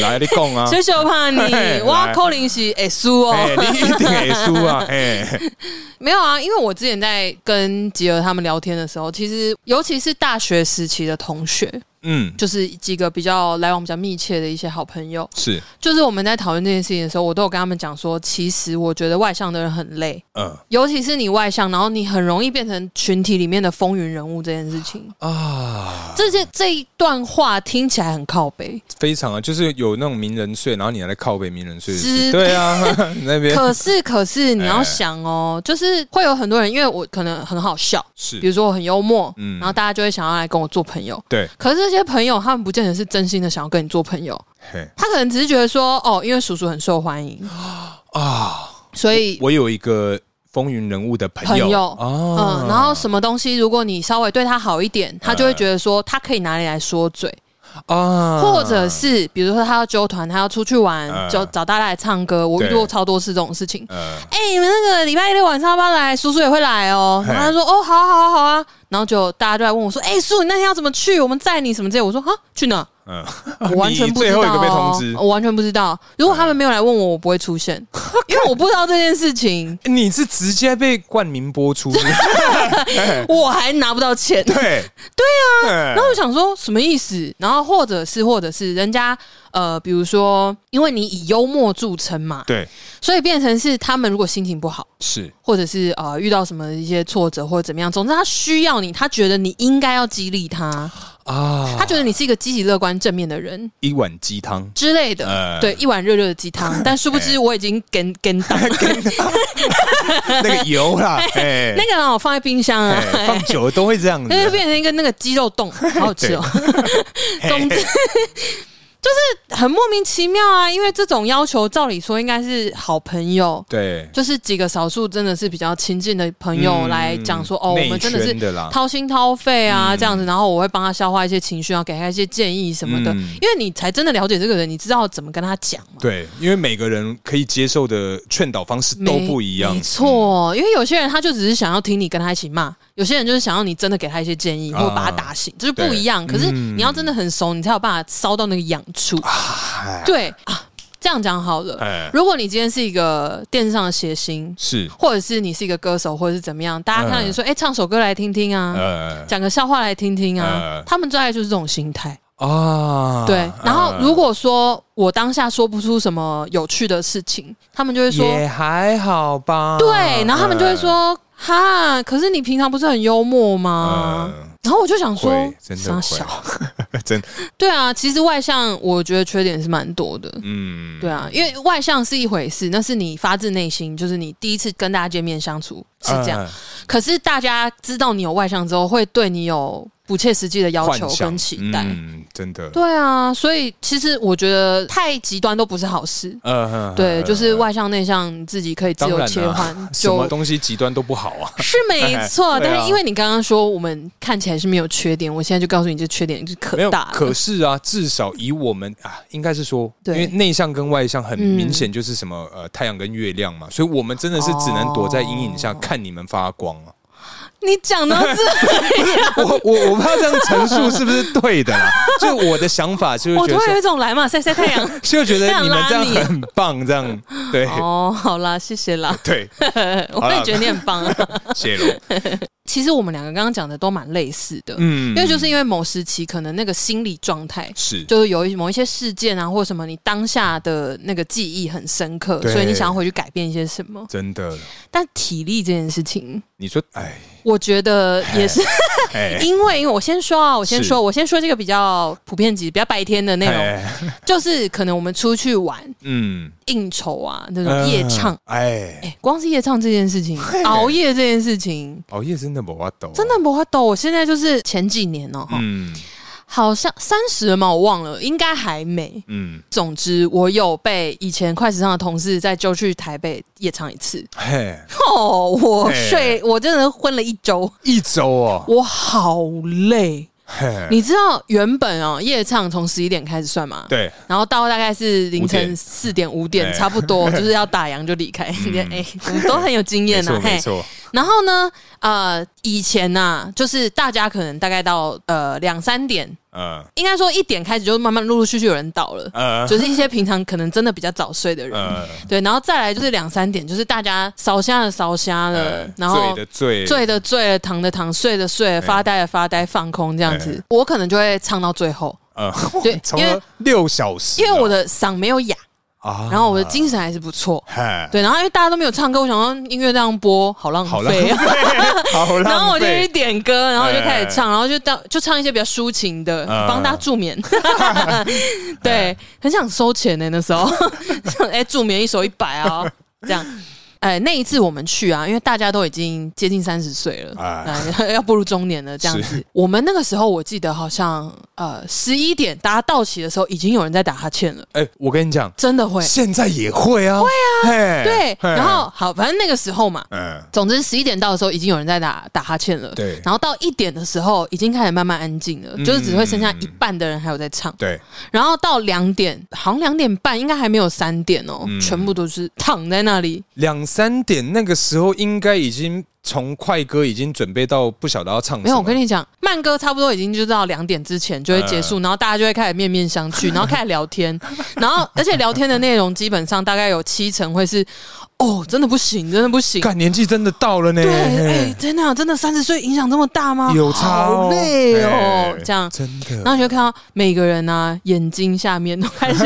B: 来你讲 啊，
C: 小小怕你
B: 嘿，
C: 哇
B: 来，
C: 扣零是哎输哦，
B: 哎，你一定会输啊！哎，
C: 没有啊，因为我之前在跟吉儿他们聊天的时候，其实尤其是大学时期的同学，
B: 嗯，
C: 就是几个比较来往比较密切的一些好朋友，
B: 是，
C: 就是我们在讨论这件事情的时候，我都有跟他们讲说，其实我觉得外向的人很累，
B: 嗯
C: 尤其是你外向，然后你很容易变成群体里面的风云人物这件事情。
B: 啊，
C: 这些这一段话听起来很靠背，
B: 非常啊，就是有那种名人税，然后你还在靠北名人税的事
C: 是
B: 对啊， 那边
C: 可是可是你
B: 哎
C: 要想哦，就是会有很多人，因为我可能很好笑，比
B: 是
C: 如说我很幽默，
B: 嗯
C: 然后大家就会想要来跟我做朋友。
B: 对，
C: 可是这些朋友，他们不见得是真心的想要跟你做朋友，
B: 嘿
C: 他可能只是觉得说，哦，因为叔叔很受欢迎，
B: 啊，
C: 所以
B: 我有一个风云人物的朋
C: 朋友
B: 啊，
C: 嗯，然后什么东西，如果你稍微对他好一点，他就会觉得说他可以拿你来说嘴，
B: 啊，
C: 嗯或者是比如说他要揪团，他要出去玩，
B: 嗯
C: 就找大家来唱歌。我遇
B: 对
C: 过超多次这种事情。
B: 呃，
C: 哎、你们那个礼拜六晚上要不要来？叔叔也会来哦。
B: 嘿
C: 然后他说哦，好啊好啊好啊。然后就大家就来问我说，哎、叔，你那天要怎么去？我们载你什么之类。我说哈，去哪？
B: 嗯，
C: 我完全不知
B: 你最
C: 道、
B: 后
C: 哦。
B: 一个被通知嗯
C: 我完全不知道。如果他们没有来问我，我不会出现， 因为我不知道这件事情，
B: 你是直接被冠名播出，
C: 我还拿不到钱。
B: 嗯对对啊
C: 然后我想说什么意思？然后或者是或者是人家呃，比如说，因为你以幽默著称嘛，
B: 对，
C: 所以变成是他们如果心情不好，
B: 是
C: 或者是呃遇到什么一些挫折或者怎么样，总之他需要你，他觉得你应该要激励他，
B: 啊，
C: 他觉得你是一个积极乐观正面的人
B: 一碗鸡汤，
C: 之类的，
B: 呃
C: 对，一碗热热的鸡汤。但殊不知我已经跟跟到
B: 哎那个油啦，哎
C: 那，个让我放在冰箱啊。
B: 哎放久了都会这样子啊
C: 那就变成一个那个鸡肉冻，好好吃哦。 总之就是很莫名其妙啊，因为这种要求照理说应该是好朋友，
B: 对，
C: 就是几个少数真的是比较亲近的朋友
B: 嗯
C: 来讲说，哦，我
B: 内
C: 们真的是
B: 圈的啦嗯
C: 掏心掏肺啊、这样子，然后我会帮他消化一些情绪，然后给他一些建议什么的，
B: 嗯
C: 因为你才真的了解这个人，你知道怎么跟他讲嘛。
B: 对，因为每个人可以接受的劝导方式都不一样嗯
C: 没，错，因为有些人他就只是想要听你跟他一起骂，有些人就是想要你真的给他一些建议，
B: 啊
C: 或者把他打醒，这就不一样。
B: 对
C: 可是
B: 嗯
C: 你要真的很熟，你才有办法烧到那个痒处。
B: 哎
C: 对啊，这样讲好了。
B: 哎，
C: 如果你今天是一个电视上的谐星，
B: 是，
C: 或者是你是一个歌手，或者是怎么样，大家看到你
B: 嗯
C: 说，哎、唱首歌来听听啊，
B: 呃
C: 讲、个笑话来听听啊，
B: 嗯
C: 他们大概就是这种心态。
B: 啊，
C: 对，然后
B: 呃
C: 如果说我当下说不出什么有趣的事情，他们就会说，
B: 也还好吧，
C: 对，然后他们
B: 嗯
C: 就会说，哈，可是你平常不是很幽默
B: 呃，
C: 吗？
B: 呃
C: 嗯然后我就想说
B: 会，真的
C: 傻
B: 会
C: 小，
B: 真的
C: 对啊，其实外向我觉得缺点是蛮多的。
B: 嗯，
C: 对啊，因为外向是一回事，那是你发自内心，就是你第一次跟大家见面相处 是这样。
B: 啊
C: 可是大家知道你有外向之后，会对你有不切实际的要求
B: 幻想
C: 跟期待。
B: 嗯，真的，
C: 对啊，所以其实我觉得太极端都不是好事。
B: 呃
C: 对，就是外向内向，你自己可以自
B: 当
C: 由
B: 然
C: 切
B: 啦
C: 换，
B: 什
C: 就
B: 么东西极端都不好啊。
C: 是没错。
B: 对啊
C: 但是因为你刚刚说我们看起来是没有缺点，我现在就告诉你，这缺点是
B: 没
C: 可
B: 有
C: 大了，
B: 可是啊，至少以我们啊，应该是说，因
C: 对
B: 为内向跟外向很
C: 嗯
B: 明显就是什么、呃太阳跟月亮嘛，所以我们真的是只能躲在阴影下
C: 哦
B: 看你们发光啊。
C: 你讲到这，
B: 我我我怕这样陈述是不是对的啦？ 就我的想法就是
C: 我
B: 觉
C: 突
B: 得
C: 然有
B: 说，
C: 一种来嘛晒晒太 阳。
B: 就觉得你们 这样
C: 这样拉你
B: 很棒，这样对
C: 哦，好啦，谢谢啦，
B: 对，
C: 我也觉得你很棒、啊。
B: 谢喽。
C: 其实我们两个刚刚讲的都蛮类似的，
B: 嗯
C: 因为就是因为某时期可能那个心理状态。
B: 是
C: 就是有一某一些事件啊，或什么，你当下的那个记忆很深刻，
B: 对
C: 所以你想要回去改变一些什么。
B: 真的，
C: 但体力这件事情，
B: 你说哎
C: 我觉得 也是
B: 哎
C: 因为，因为我先说啊，我先说，我先说这个比较普遍级、比较白天的内容，
B: 哎
C: 就是可能我们出去玩、
B: 嗯，呃
C: 应酬啊那种夜唱，
B: 哎
C: 哎、光是夜唱这件事情，熬夜这件事情，
B: 熬哦夜真的不我懂，
C: 真的没法抖。我现在就是前几年哦、哈
B: 啊嗯
C: 好像三十了嘛，我忘了，应该还没。
B: 嗯
C: 总之，我有被以前快时尚的同事再揪去台北夜唱一次。
B: 嘿
C: 哦，我
B: 嘿
C: 睡，我真的昏了一周，
B: 一周哦，
C: 我好累。
B: 嘿
C: 你知道原本哦，夜唱从十一点开始算嘛？。
B: 对
C: 然后到大概是凌
B: 五
C: 晨
B: 点
C: 四点五点，
B: 哎
C: 差不 多就是要打烊就离开。 哎、我们都很有经
B: 没
C: 验
B: 错
C: 啊，嘿
B: 没。错，
C: 然后呢，呃，以前呐、就是大家可能大概到呃两三点，
B: 嗯
C: 应该说一点开始就慢慢陆陆续续有人倒了，
B: 呃
C: 就是一些平常可能真的比较早睡的人。
B: 呃，
C: 对，然后再来就是两三点，就是大家烧瞎了烧瞎了，
B: 呃
C: 然后
B: 醉的嗯醉
C: 醉的醉了，躺的躺，睡的睡了，发呆的发呆，放空这样
B: 嗯
C: 子，我可能就会唱到最后，
B: 呃，
C: 对
B: 从
C: 因为
B: 六小时
C: 因
B: 哦，
C: 为我的嗓没有哑，
B: 啊
C: 然后我的精神还是不错。
B: 嘿
C: 对，然后因为大家都没有唱歌，我想说音乐这样播好浪
B: 好浪
C: 费
B: 费
C: 啊。，
B: 好浪费，
C: 然后我就去点歌，然后就开始唱，
B: 哎
C: 然后就到就唱一些比较抒情的，
B: 嗯哎
C: 帮大家 助眠。对，很想收钱呢、那时候 想哎、助眠一首一百 啊，这样。哎，那一次我们去啊，因为大家都已经接近三十岁了，
B: 哎
C: 哎 要步入中年了，这样子。我们那个时候我记得好像呃十一点大家到齐的时候，已经有人在打哈欠了，
B: 哎，我跟你讲，
C: 真的会。
B: 现在也会啊，会啊，嘿
C: 对，
B: 嘿
C: 然后好，反正那个时候嘛，
B: 嗯
C: 总之十一点到的时候，已经有人在打打哈欠了。
B: 对嗯
C: 然后到一点的时候，已经开始慢慢安静了，就是只会剩下一半的人还有在唱。
B: 对，
C: 然后到两点，好像两点半，应该还没有三点哦，
B: 嗯
C: 全部都是躺在那里。
B: 两三点那个时候应该已经从快歌已经准备到不晓得要唱什么，
C: 没有，我跟你讲，慢歌差不多已经就到两点之前就会结
B: 嗯
C: 束，然后大家就会开始面面相 觑，然后开始聊天，然后而且聊天的内容基本上大概有七成会是，哦，真的不行，真的不行，
B: 干年纪真的到了呢，
C: 对，
B: 嘿
C: 哎、真的啊、真的三十岁影响这么大吗？
B: 有差哦
C: 好累哦
B: 哎，
C: 这样。
B: 真的，
C: 然后你就看到每个人啊，眼睛下面都 开始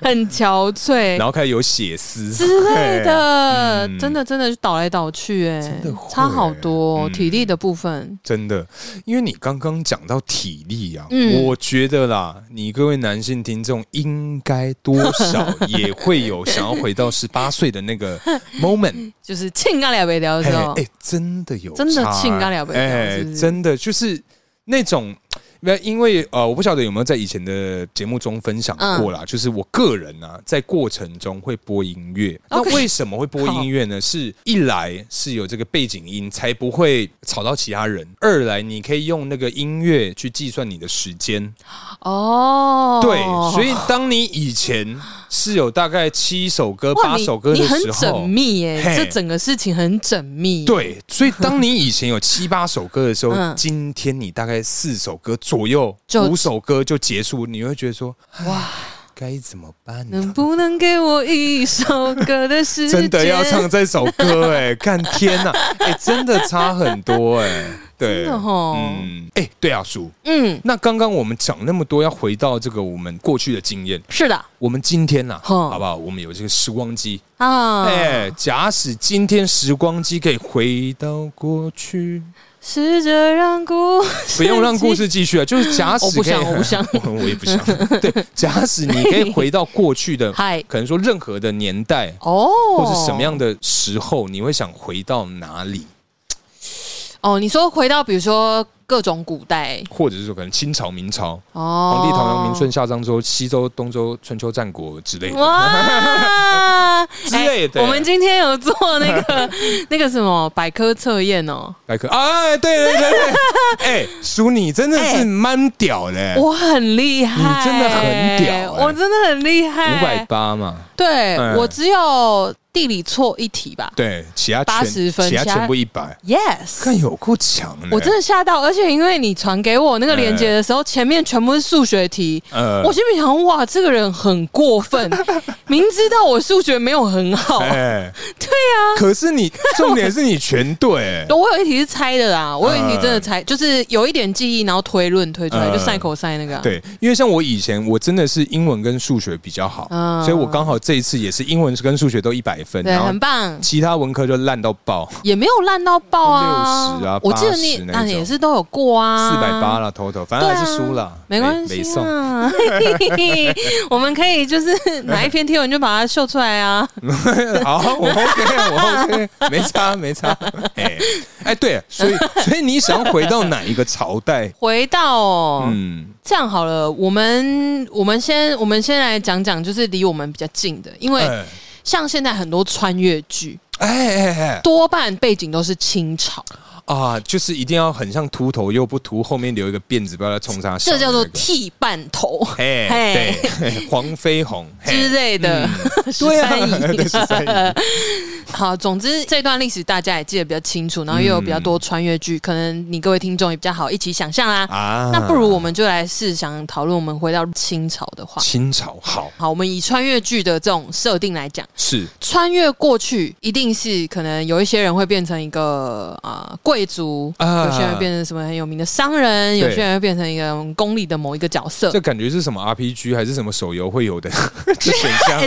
C: 很憔
B: 然
C: 悴
B: 后开始有血丝
C: 之类的，
B: 嗯
C: 真的真的就倒来倒去、哎
B: 真的，会
C: 差好多、
B: 嗯
C: 体力的部分。
B: 真的，因为你刚刚讲到体力啊，
C: 嗯
B: 我觉得啦，你各位男性听众应该多 少也会有想要回到十八岁的那个 moment，
C: 就是庆咖喱北聊的
B: 哎
C: 时候，
B: 哎，真的有差，哎
C: 真的性感了不起是不是
B: 真的就是那种。那因为呃，我不晓得有没有在以前的节目中分享过
C: 嗯
B: 啦，就是我个人啊，在过程中会播音乐。那
C: OK
B: 为什么会播音乐呢？是一来是有这个背景音，才不会吵到其他人；二来你可以用那个音乐去计算你的时间。
C: 哦，
B: 对，所以当你以前是有大概七首歌、
C: 哇，
B: 八
C: 你
B: 首歌
C: 你
B: 的
C: 很
B: 时
C: 缜
B: 候，
C: 密哎、
B: 嘿
C: 这整个事情很缜密，，
B: 对，所以当你以前有七八首歌的时候，
C: 嗯
B: 今天你大概四首歌左右，
C: 就
B: 五首歌就结束，你会觉得说，哇，该怎么办呢？
C: 能不能给我一首歌的时间？
B: 真的要唱这首歌哎、看 天呐、哎、真的差很多哎、对，
C: 真的哦吼
B: 嗯，哎、对啊，叔，
C: 嗯，
B: 那刚刚我们讲那么多，要回到这个我们过去的经验，
C: 是的
B: 我们今天呐、
C: 哼
B: 好不好？我们有这个时光机，
C: 啊，
B: 哎、假使今天时光机可以回到过去，
C: 试着让故事
B: 不用让故事继续 啊，就是假使
C: 我不
B: 可以
C: 想我不想，
B: 我我也不想。对，假使你可以回到过去的
C: 嗨
B: 可能说任何的年代
C: 哦，
B: 或是什么样的时候，你会想回到哪里？
C: 哦？你说回到比如说各种古代
B: 或者是说可能清朝、明朝、
C: 哦，
B: 皇帝、唐尧、明顺、夏商周、西周、东周、春秋、战国之类的。
C: 哇
B: 之类的
C: 哎我们今天有做那 个那个什么百科测验哦，
B: 来可哎，对对对对， 哎，淑你真的是
C: 哎
B: 蛮屌的，五
C: 我很厉害，
B: 哎你真的很屌哎
C: 我真的很厉害，
B: 百八嘛，
C: 对、
B: 嗯
C: 我只有地理错一题吧
B: 对，其他全
C: 80分
B: 其他
C: 其他
B: 全部一百，看
C: ，yes。
B: 有够强的，
C: 我真的吓到，而且因为你传给我那个链接的时候，前面全部是数学题，
B: 呃
C: 我心里想，哇，这个人很 过分，明知道我数学没有很好，
B: 哎，
C: 对啊，
B: 可是你重点是你全 对，
C: 我有一题是猜的啦，我有一题真的
B: 呃
C: 猜，就是有一点记忆，然后推论推出来，
B: 嗯
C: 就赛口赛那个、啊。，
B: 对，因为像我以前我真的是英文跟数学比较好，
C: 嗯
B: 所以我刚好这一次也是英文跟数学都一百分，
C: 对，
B: 然后
C: 很棒，
B: 其他文科就烂到爆，
C: 也没有烂到爆啊。
B: 60啊
C: 我记得
B: 80
C: 你
B: 那
C: 那
B: 种
C: 也是都有过啊，
B: 四百八。了，total，反正还是输了，
C: 没关系
B: 送。
C: 啊，我们可以就是哪一篇贴文就把它秀出来啊。
B: 好，我 OK，我 OK，没差没 差。哎哎，对，所以所以你想回到哪一个朝 代？
C: 回到、哦
B: 嗯，
C: 这样好了，我们我们先我们先来讲讲，就是离我们比较近的，因为
B: 哎
C: 像现在很多穿越剧，
B: 哎哎
C: 多半背景都是清朝。
B: 哎啊，就是一定要很像秃头又不秃，后面留一个辫子，不要再冲杀小的那
C: 这叫
B: 个。
C: 做剃半头
B: 哎，
C: 嘿
B: 对， 黄飞 鸿
C: 之
B: 嘿
C: 类的， 十
B: 对啊
C: 三
B: 对十三
C: 姨
B: 姨。
C: 好，总之这段历史大家也记得比较清楚，
B: 嗯
C: 然后又有比较多穿越剧，可能你各位听众也比较好一起想象啦。
B: 啊
C: 那不如我们就来试想讨论，我们回到清朝的话。
B: 清朝好
C: 好，我们以穿越剧的这种设定来讲，
B: 是
C: 穿越过去一定是可能有一些人会变成一个啊贵、族，
B: 啊
C: 有些人会变成什么很有名的商人，有
B: 对
C: 些人会变成一个宫里的某一个角色
B: 这。感觉是什么 RPG 还是什么手游会有的 这选项？
C: 哎、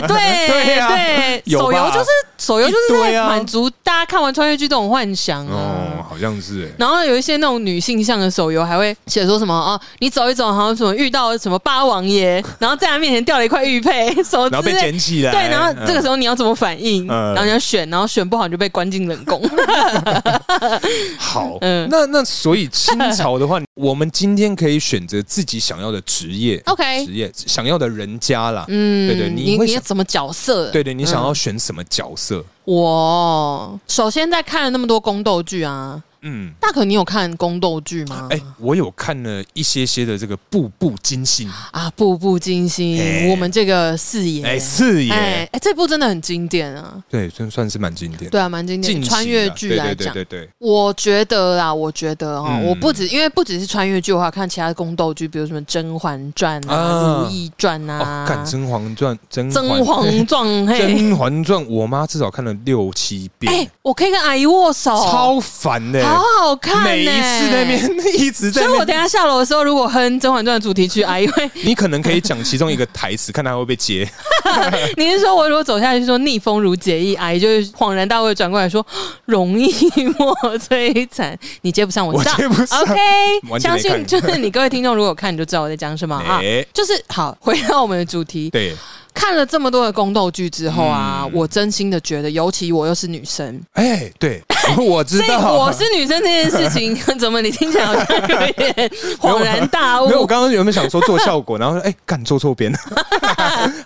C: 对
B: 对啊
C: 对
B: 有吧
C: 手游就是手游就是
B: 一堆
C: 在
B: 啊
C: 满足大家看完穿越剧这种幻想啊。
B: 哦，好像是哎。
C: 然后有一些那种女性向的手游，还会写说什么哦，你走一走，好像什么遇到什么八王爷，然后在他面前掉了一块玉佩，什么
B: 然后
C: 之
B: 被
C: 类。
B: 捡起来，嗯
C: 对，然后这个时
B: 候
C: 候你要怎么反应？
B: 嗯
C: 然后你要选，然后选不好你就被关进冷 宫。
B: 好，
C: 嗯
B: 那那所以清朝的话， 我们今天可以选择自己想要的职业
C: OK
B: 职业想要的人家啦，
C: 嗯，
B: 对对你
C: 你
B: 会
C: 你
B: 想
C: 怎么角色？
B: 对对，你想
C: 嗯
B: 要选什么角色？
C: 我首先在看了那么多宫斗剧啊，
B: 嗯，
C: 大可你有看宫斗剧吗？
B: 哎，我有看了一些些的这个《步步惊心》，
C: 啊，步步惊心，
B: 哎
C: 我们这个四爷，
B: 哎，四
C: 哎
B: 爷，
C: 哎这部真的很经典啊，
B: 对，算算是蛮经典的，
C: 对啊，蛮经典
B: 近
C: 的。
B: 期啊，
C: 穿越剧来
B: 对
C: 讲，
B: 对对对对，
C: 我觉得啦，我觉得哈，
B: 嗯
C: 我不止因为不只是穿越剧的话，看其他宫斗剧，比如什么《甄嬛传》啊
B: 啊，
C: 《如懿传》
B: 哦，
C: 啊，
B: 看《甄嬛传》，甄
C: 甄 嬛传》
B: 《
C: 嘿，
B: 甄嬛传》，我妈至少看了六七
C: 哎
B: 遍，，
C: 我可以跟阿姨握手，
B: 超烦的，
C: 好好看，
B: 每一次那。边 一直在
C: 所以
B: 那
C: 我
B: 边
C: 等一下下楼的时候，如果哼《甄嬛传》的主题曲，阿姨会，
B: 你可能可以讲其中一个台词，看他会不会 接。
C: 你是说我如果走下去说逆风如解意，阿姨就会恍然大悟，转过来说 容易莫摧残，你接不上，我知道
B: 我接不上
C: OK，
B: 完全
C: 相
B: 没看
C: 信 就是你各位听众如果有看，你就知道我在讲什么啊。
B: 哎
C: 就是好，回到我们的主题，
B: 对，
C: 看了这么多的宫斗剧之后啊，
B: 嗯
C: 我真心的觉得，尤其我又是女生，
B: 哎，对， 我知
C: 所以
B: 道。
C: 我是女生这件事 情，怎么你听起来好像有一点恍然大悟
B: 没？有，我刚刚原本想说做效果，然后说哎，干坐错边了。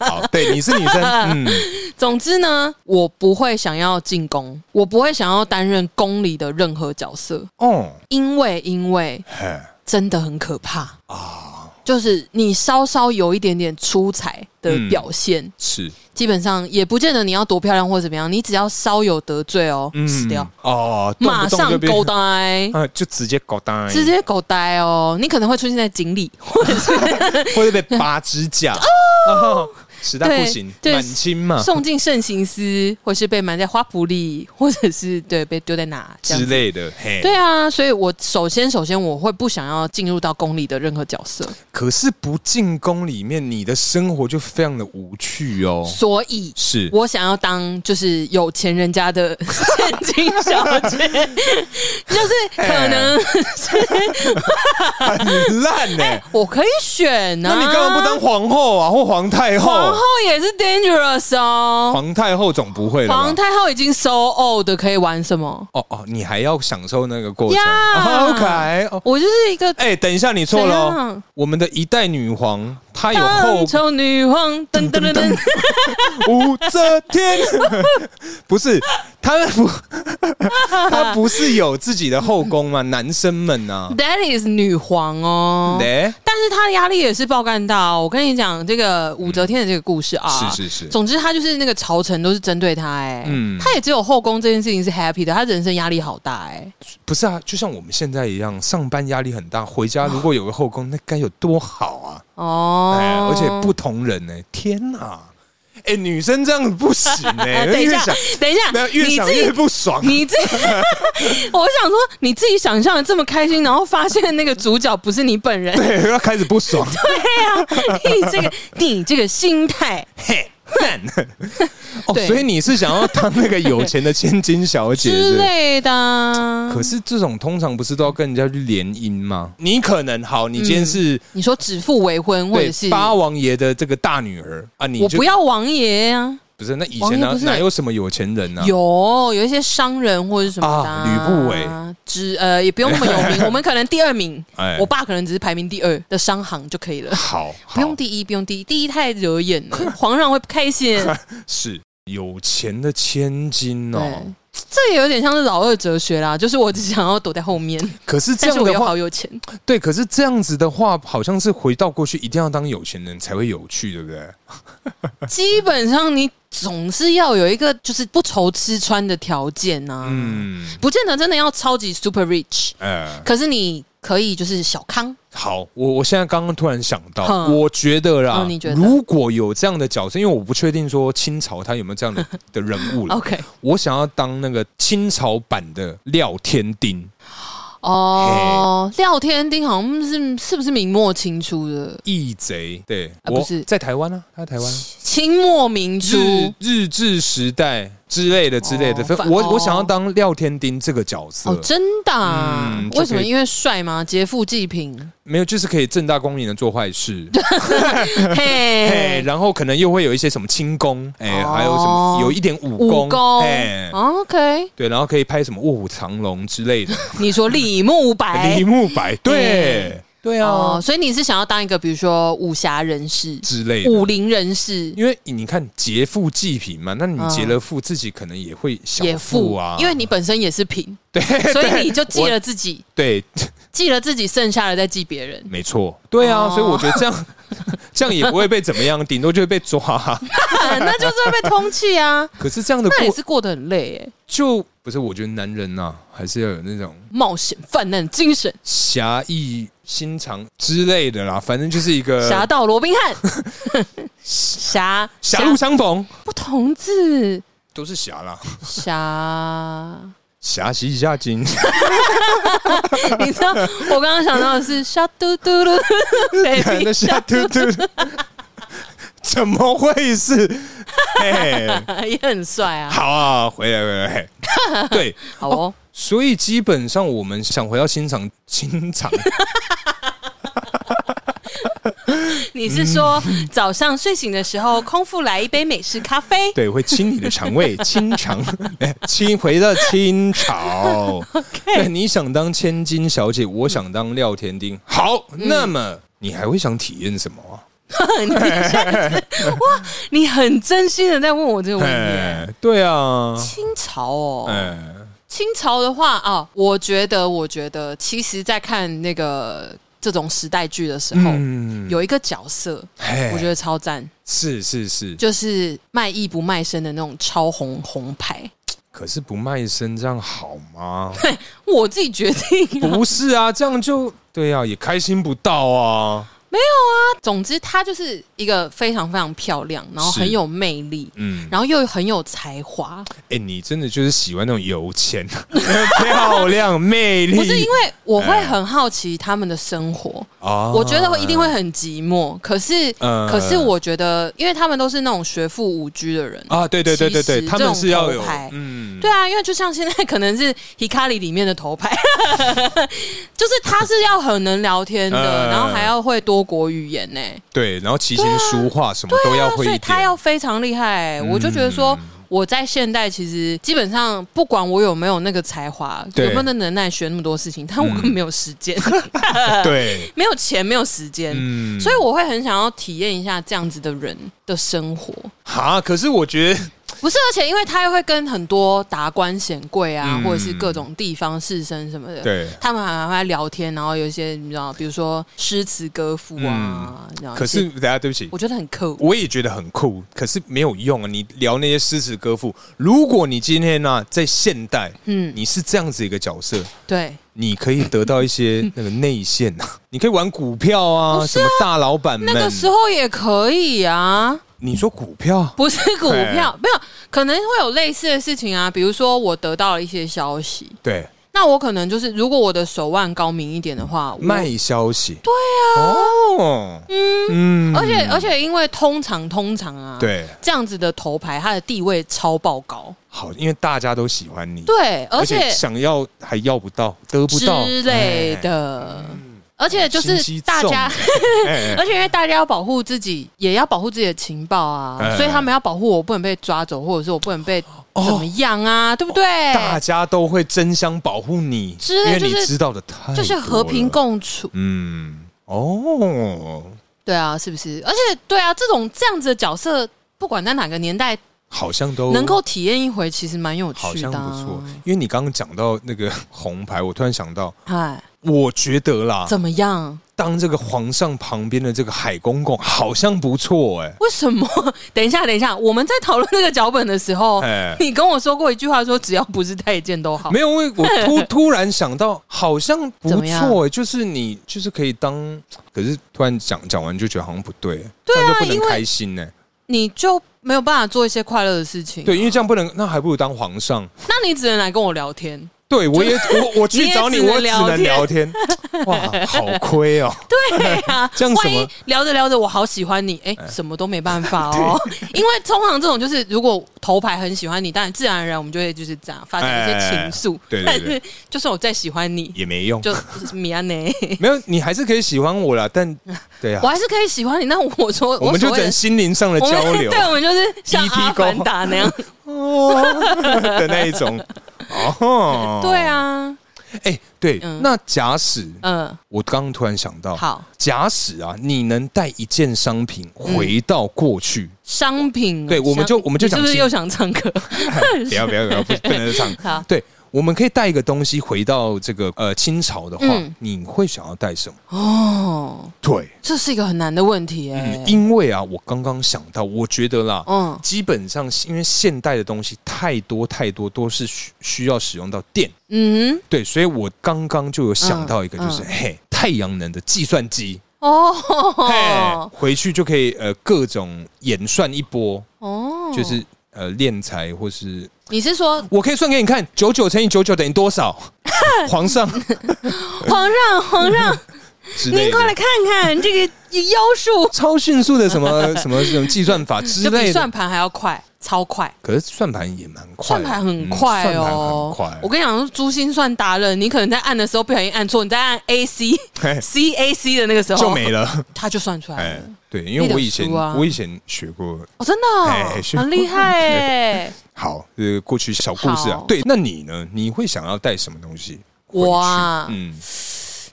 B: 好，对，你是女生，嗯，
C: 总之呢，我不会想要进宫，我不会想要担任宫里的任何角色，
B: 哦，
C: 因为因为
B: 嘿
C: 真的很可怕啊！就是你稍稍有一点点出彩的表现，
B: 是，
C: 基本上也不见得你要多漂亮或怎么样，你只要稍有得罪哦，死掉，
B: 哦，嗯动
C: 马
B: 不动
C: 上
B: 就变
C: 狗呆。
B: 啊，就直接狗呆，
C: 直接狗呆 哦，你可能会出现在井里，或者是
B: 或者被拔指甲。哦十大酷刑，
C: 对对
B: 满清嘛
C: 送进慎刑司，或是被埋在花圃里，或者是对被丢在哪这样
B: 之
C: 子。
B: 类的，嘿，
C: 对啊，所以我首先首先我会不想要进入到宫里的任何角色，
B: 可是不进宫里面，你的生活就非常的无趣哦。
C: 所以
B: 是，
C: 我想要当就是有钱人家的 千金小 姐，就是可能
B: 很烂呢、
C: 我可以选啊。
B: 那你干嘛不当皇后啊，或皇太
C: 皇
B: 后
C: 后？也是 dangerous 哦，
B: 皇太后总不会了吧
C: 皇太后已经 so old 的可以玩什么？
B: 哦哦，你还要享受那个过程、
C: 呀
B: o k 哦，
C: 我就是一个
B: 哎、等一下，你错了
C: 怎
B: 哦
C: 样。
B: 我们的一代女皇，她有后
C: 当丑女皇，噔噔噔噔，
B: 武则天， 不是她不， 她不是有自己的后宫吗？男生们啊，
C: That is 女皇哦。
B: 嘞，
C: 但是她的压力也是爆干大哦。我跟你讲，这个武则天的这个故事啊，
B: 是是是
C: 总之，她就是那个朝臣都是针对她哎、
B: 嗯
C: 她也只有后宫这件事情是 happy 的，她人生压力好大哎、
B: 不是啊，就像我们现在一样，上班压力很大，回家如果有个后宫，那该有多好啊！
C: 哦、
B: 哎，而且不同人呢、天哪！哎、女生这样不行哎、
C: 哎 等一
B: 越
C: 下
B: 想，
C: 等一下，
B: 那越
C: 你
B: 想
C: 自己
B: 越不爽。
C: 你自 己，我想说你自己想象的这么开心，然后发现那个主角不是你本人，哎
B: 对， 要开始不爽。
C: 你这个你这个心态，
B: 嘿，赞！ 哦，
C: 对
B: 所以你是想要当那个有钱的千金小 姐
C: 之
B: 是不是
C: 类的啊。
B: 可是这种通常不是都要跟人家去联姻吗？你可能好，你今天是、
C: 你说指腹为婚，或
B: 对
C: 者嗯是
B: 八王爷的这个大女儿啊，你
C: 我
B: 就
C: 不要王爷啊，
B: 不是那以
C: 王
B: 前
C: 爷
B: 哪
C: 不是
B: 哪有什么有钱人呢、啊？
C: 有有一些商人或者什么的、
B: 啊吕不韦，
C: 只呃也不用那么有 名，我们可能第二名，
B: 哎
C: 我爸可能只是排名第二的商行就可以了。
B: 好，
C: 不用
B: 好
C: 第一，不用第一，第一太惹眼了，皇上会不 开心。
B: 是有钱的千金哦
C: 对。，这也有点像是老二哲学啦，就是我只想要躲在后 面，
B: 可是这
C: 但是
B: 样
C: 我
B: 的
C: 又
B: 话
C: 好，有钱。
B: 对，可是这样子的话，好像是回到过去，一定要当有钱人才会有趣，对不对？
C: 基本上你总是要有一个就是不愁吃穿的条件啊，
B: 嗯，
C: 不见得真的要超级 super rich，
B: 呃，
C: 可是你可以就是小康。
B: 好，我我现在刚刚突然想到，
C: 哼
B: 我觉得啦，
C: 嗯你觉得
B: 如果有这样的角色，因为我不确定说清朝他有没有这 样的的人物了。
C: OK，
B: 我想要当那个清朝版的廖天丁，
C: 哦，廖天丁好像是是不是明末清初的？
B: 义贼，对，
C: 啊
B: 我
C: 不是
B: 在台湾啊，他在台湾
C: 清末明
B: 日
C: 初
B: 日治时代之类的之类的，
C: 哦反
B: 我
C: 哦
B: 我想要当廖天丁这个角色，
C: 哦，真的、啊
B: 嗯
C: 为什
B: 就
C: 么？
B: 可以
C: 因为帅吗？劫富 济贫？
B: 没有，就是可以正大光明的做坏 事，哎，
C: 嘿，
B: 然后可能又会有一些什么轻功，哎，
C: 哦
B: 还有什么有一点武
C: 武
B: 功，
C: 功、
B: 哎。
C: o k
B: 对，然后可以拍什么《卧虎藏龙》之类 的，
C: 你说李慕 白，
B: 李慕白，对
C: 哎
B: 对
C: 哦
B: 啊，
C: 所以你是想要当一个比如说武侠人士、
B: 之类的。
C: 武林人士，
B: 因为你看劫富济贫嘛，那你
C: 嗯
B: 劫了富，自己可能也会小
C: 也
B: 富
C: 富
B: 啊，
C: 因为你本身也是贫，
B: 对，
C: 所以
B: 对
C: 你就记
B: 我
C: 了自己，
B: 对，
C: 记了自己，剩下的再记别人。
B: 没错，对啊，
C: 哦
B: 所以我觉得这样 这样也不会被怎么样，顶多就会被抓啊。
C: 那就是会被通气啊。
B: 可是这样的
C: 那也
B: 过
C: 是过得很累哎、
B: 就不是，我觉得男人呐、啊，还是要有那种
C: 冒险泛滥精神，
B: 侠义心肠之类的啦，反正就是一个
C: 侠盗罗宾 汉，侠
B: 狭路相逢，
C: 不同字，
B: 都是侠啦，
C: 侠。
B: 侠惜一下金。
C: 你知道我刚刚想到的是侠嘟嘟 哎噜
B: 看那
C: ，baby
B: 下嘟嘟，怎么会 是？哎，
C: 也很帅啊。
B: 好啊，回来回来， 对，
C: 好哦，
B: 所以基本上我们想回到清场，清 场
C: 你是说早上睡醒的时候空腹来一杯美式咖啡？
B: 对，会清你的肠 胃，清肠，哎清回到清 朝。对，你想当千金小姐，我想当廖天丁。好，
C: 嗯
B: 那么你还会想体验什么啊？
C: 你一下子哇，你很真心的在问我这个问题。
B: 哎，对啊，
C: 清朝哦，
B: 哎，
C: 清朝的话啊、我觉得，我觉得，其实，在看那个这种时代剧的时候，
B: 嗯，
C: 有一个角色，
B: 哎
C: 我觉得超赞，
B: 是是是，
C: 就是卖艺不卖身的那种超红红牌。
B: 可是不卖身这样好吗？
C: 我自己决定 啊、
B: 不是啊，这样就对啊，也开心不到啊。
C: 总之，她就是一个非常非常漂亮，然后
B: 是
C: 很有魅力，
B: 嗯，
C: 然后又很有才华。
B: 哎、你真的就是喜欢那种有钱、 漂亮、魅力，
C: 不是因为我
B: 哎
C: 会很好奇他们的生活，
B: 啊
C: 我觉得一定会很寂寞。可是，
B: 嗯
C: 可是我觉得，因为他们都是那种学富五居的人。
B: 啊，对对对对对，
C: 其实
B: 他们是要
C: 这
B: 有
C: 种头牌
B: 嗯，
C: 对啊，因为就像现在可能是 Hikari 里面的头牌， 就是他是要很能聊天的，
B: 嗯
C: 然后还要会多国语言呢、
B: 对，啊然后骑行书画什么都
C: 对
B: 要
C: 啊，
B: 会
C: 所以
B: 一
C: 他
B: 点嗯
C: 要。非常厉害、我就觉得说。我在现代其实基本上不管我有没有那个才华，有
B: 对
C: 没有那能耐学那么多事情，但我根本没有时间，
B: 对，
C: 没有钱，没有时间，
B: 嗯，
C: 所以我会很想要体验一下这样子的人的生活。
B: 哈，可是我觉得
C: 不是，而且因为他又会跟很多达官显贵啊，
B: 嗯
C: 或者是各种地方士绅什么的，
B: 对，
C: 他们还会聊天，然后有一些你知道，比如说诗词歌赋啊，你知道
B: 嗯可
C: 一
B: 是
C: 些
B: 大家对不起，
C: 我觉得很酷。
B: 我也觉得很酷，可是没有用啊！你聊那些诗词歌赋，如果你今天呢、在现代，
C: 嗯，
B: 你是这样子一个角色，
C: 对，
B: 你可以得到一
C: 嗯
B: 些那个内线啊，你可以玩股票啊，什么大老板们。
C: 那个时候也可以啊，
B: 你说股票
C: 不是股
B: 啊
C: 票，没有可能会有类似的事情啊，比如说我得到了一些消息，
B: 对
C: 那我可能就是如果我的手腕高明一点的话，我
B: 卖消息，对啊，哦，嗯
C: 而且而且因为通常通常啊，
B: 对，
C: 这样子的头牌，他的地位超爆高，
B: 好，因为大家都喜欢你，
C: 对，而且
B: 想要还要不到，得不到哎嗯
C: 之类，的，而且就
B: 心
C: 是
B: 机
C: 大家，
B: 哎 哎哎
C: 而且因为大家要保护自己，也要保护自己的情报啊，
B: 哎哦
C: 所以他们要保护我不能被抓走，或者是我不能被怎么样啊，对不对？
B: 大家都会争相保护你，
C: 之类
B: 因为你
C: 就是
B: 知道的太
C: 就是和平
B: 多了，
C: 共处，
B: 嗯，哦，
C: 对啊，是不是？而且对啊，这种这样子的角色，不管在哪个年代，
B: 好像都
C: 能够体验一回，其实蛮有
B: 好
C: 趣
B: 像
C: 的、啊
B: 不错，因为你刚刚讲到那个 红牌，我突然想到，
C: 哎，
B: 我觉得啦，
C: 怎么样？
B: 当这个皇上旁边的这个海公公好像不错、欸
C: 为什么？ 等一下，等一下，我们在讨论那个脚本的时候，
B: 哎，哎。
C: 你跟我说过一句话，说只要不是太监都好。
B: 没有，因为我 突突然想到，好像不
C: 哦怎么
B: 错、
C: 样
B: 哎，就是你就是可以当，可是突然讲讲完就觉得好像不对、
C: 对
B: 这样就
C: 啊，
B: 不
C: 因
B: 能开
C: 为
B: 心呢、
C: 你就没有办法做一些快乐的事情。
B: 对，，因为这样不能，那还不如当皇上。
C: 那你只能来跟我聊天。
B: 对，我也我我
C: 你
B: 去
C: 也
B: 找你，
C: 只能
B: 我只
C: 聊
B: 能
C: 天
B: 聊天。 哇，好亏哦！
C: 对啊，
B: 这样什
C: 万
B: 么
C: 一聊着聊着我好喜欢你，哎、什么都没办 法哦。因为通常这种就是，如果头牌很喜欢你，当然自然而然我们就会就是这样发生一些情愫。
B: 哎哎哎对对
C: 但是就算我再喜欢 你，
B: 也没用，
C: 就就是 米安内，
B: 没有，你还是可以喜欢我啦。但对啊
C: 我，还是可以喜欢你。那我说，
B: 我们就
C: 所谓的
B: 整心灵上的
C: 我
B: 交
C: 们
B: 流 E
C: 对，我们就是像
B: ET
C: 阿凡达那样。
B: 的那一种。 哦，
C: 对，啊，
B: 哎，对，
C: 嗯
B: 那假使
C: 嗯，
B: 我刚刚突然想到，
C: 好，
B: 假使啊，你能带一件商品
C: 嗯
B: 回到过 去，
C: 商品，哦
B: 对我们就
C: 商
B: 我们就
C: 你
B: 讲
C: 是不是
B: 清
C: 又想唱 歌？
B: 哎不要不要不 要，不不能唱。
C: 好，
B: 对，我们可以带一个东西回到这个呃清朝的话
C: 嗯，
B: 你会想要带什么？
C: 哦，
B: 对，
C: 这是一个很难的问题哎
B: 嗯，。因为啊，我刚刚想到，我觉得啦，
C: 嗯，
B: 基本上因为现代的东西太多太多，都是需需要使用到电，
C: 嗯，
B: 对，所以我刚刚就有想到一个，就是、
C: 嗯
B: 嘿，太阳能的计算机，
C: 哦
B: 嘿，，回去就可以呃各种演算一波，
C: 哦，
B: 就是。呃，敛财或是
C: 你是说
B: 我可以算给你看，九九乘以九九等于多少？ 皇上
C: 皇上，皇上，
B: 之类
C: 您快来
B: 的，
C: 看看这个妖术，
B: 超迅速的什 么什么什么计算法之
C: 就比
B: 类
C: 算
B: 的。
C: 盘还要快，超快。
B: 可是算盘也蛮快
C: 算
B: 的，
C: 盘很
B: 嗯
C: 快
B: 算盘
C: 哦
B: 很，快。
C: 我跟你讲，珠心算达人，你可能在按的时候不小心按错，你在按 A C
B: 嘿
C: C A C 的那个时候
B: 就没 了。
C: 他就算出来
B: 哎
C: 了。，
B: 对，因为我以前
C: 那本书啊
B: 我以前学过，
C: 哦，真的哦、
B: 哎是
C: 很厉害 哎！
B: 好，呃，过去小故事啊
C: 好。
B: 对，那你呢？你会想要带什么东西？
C: 我啊
B: 回去嗯，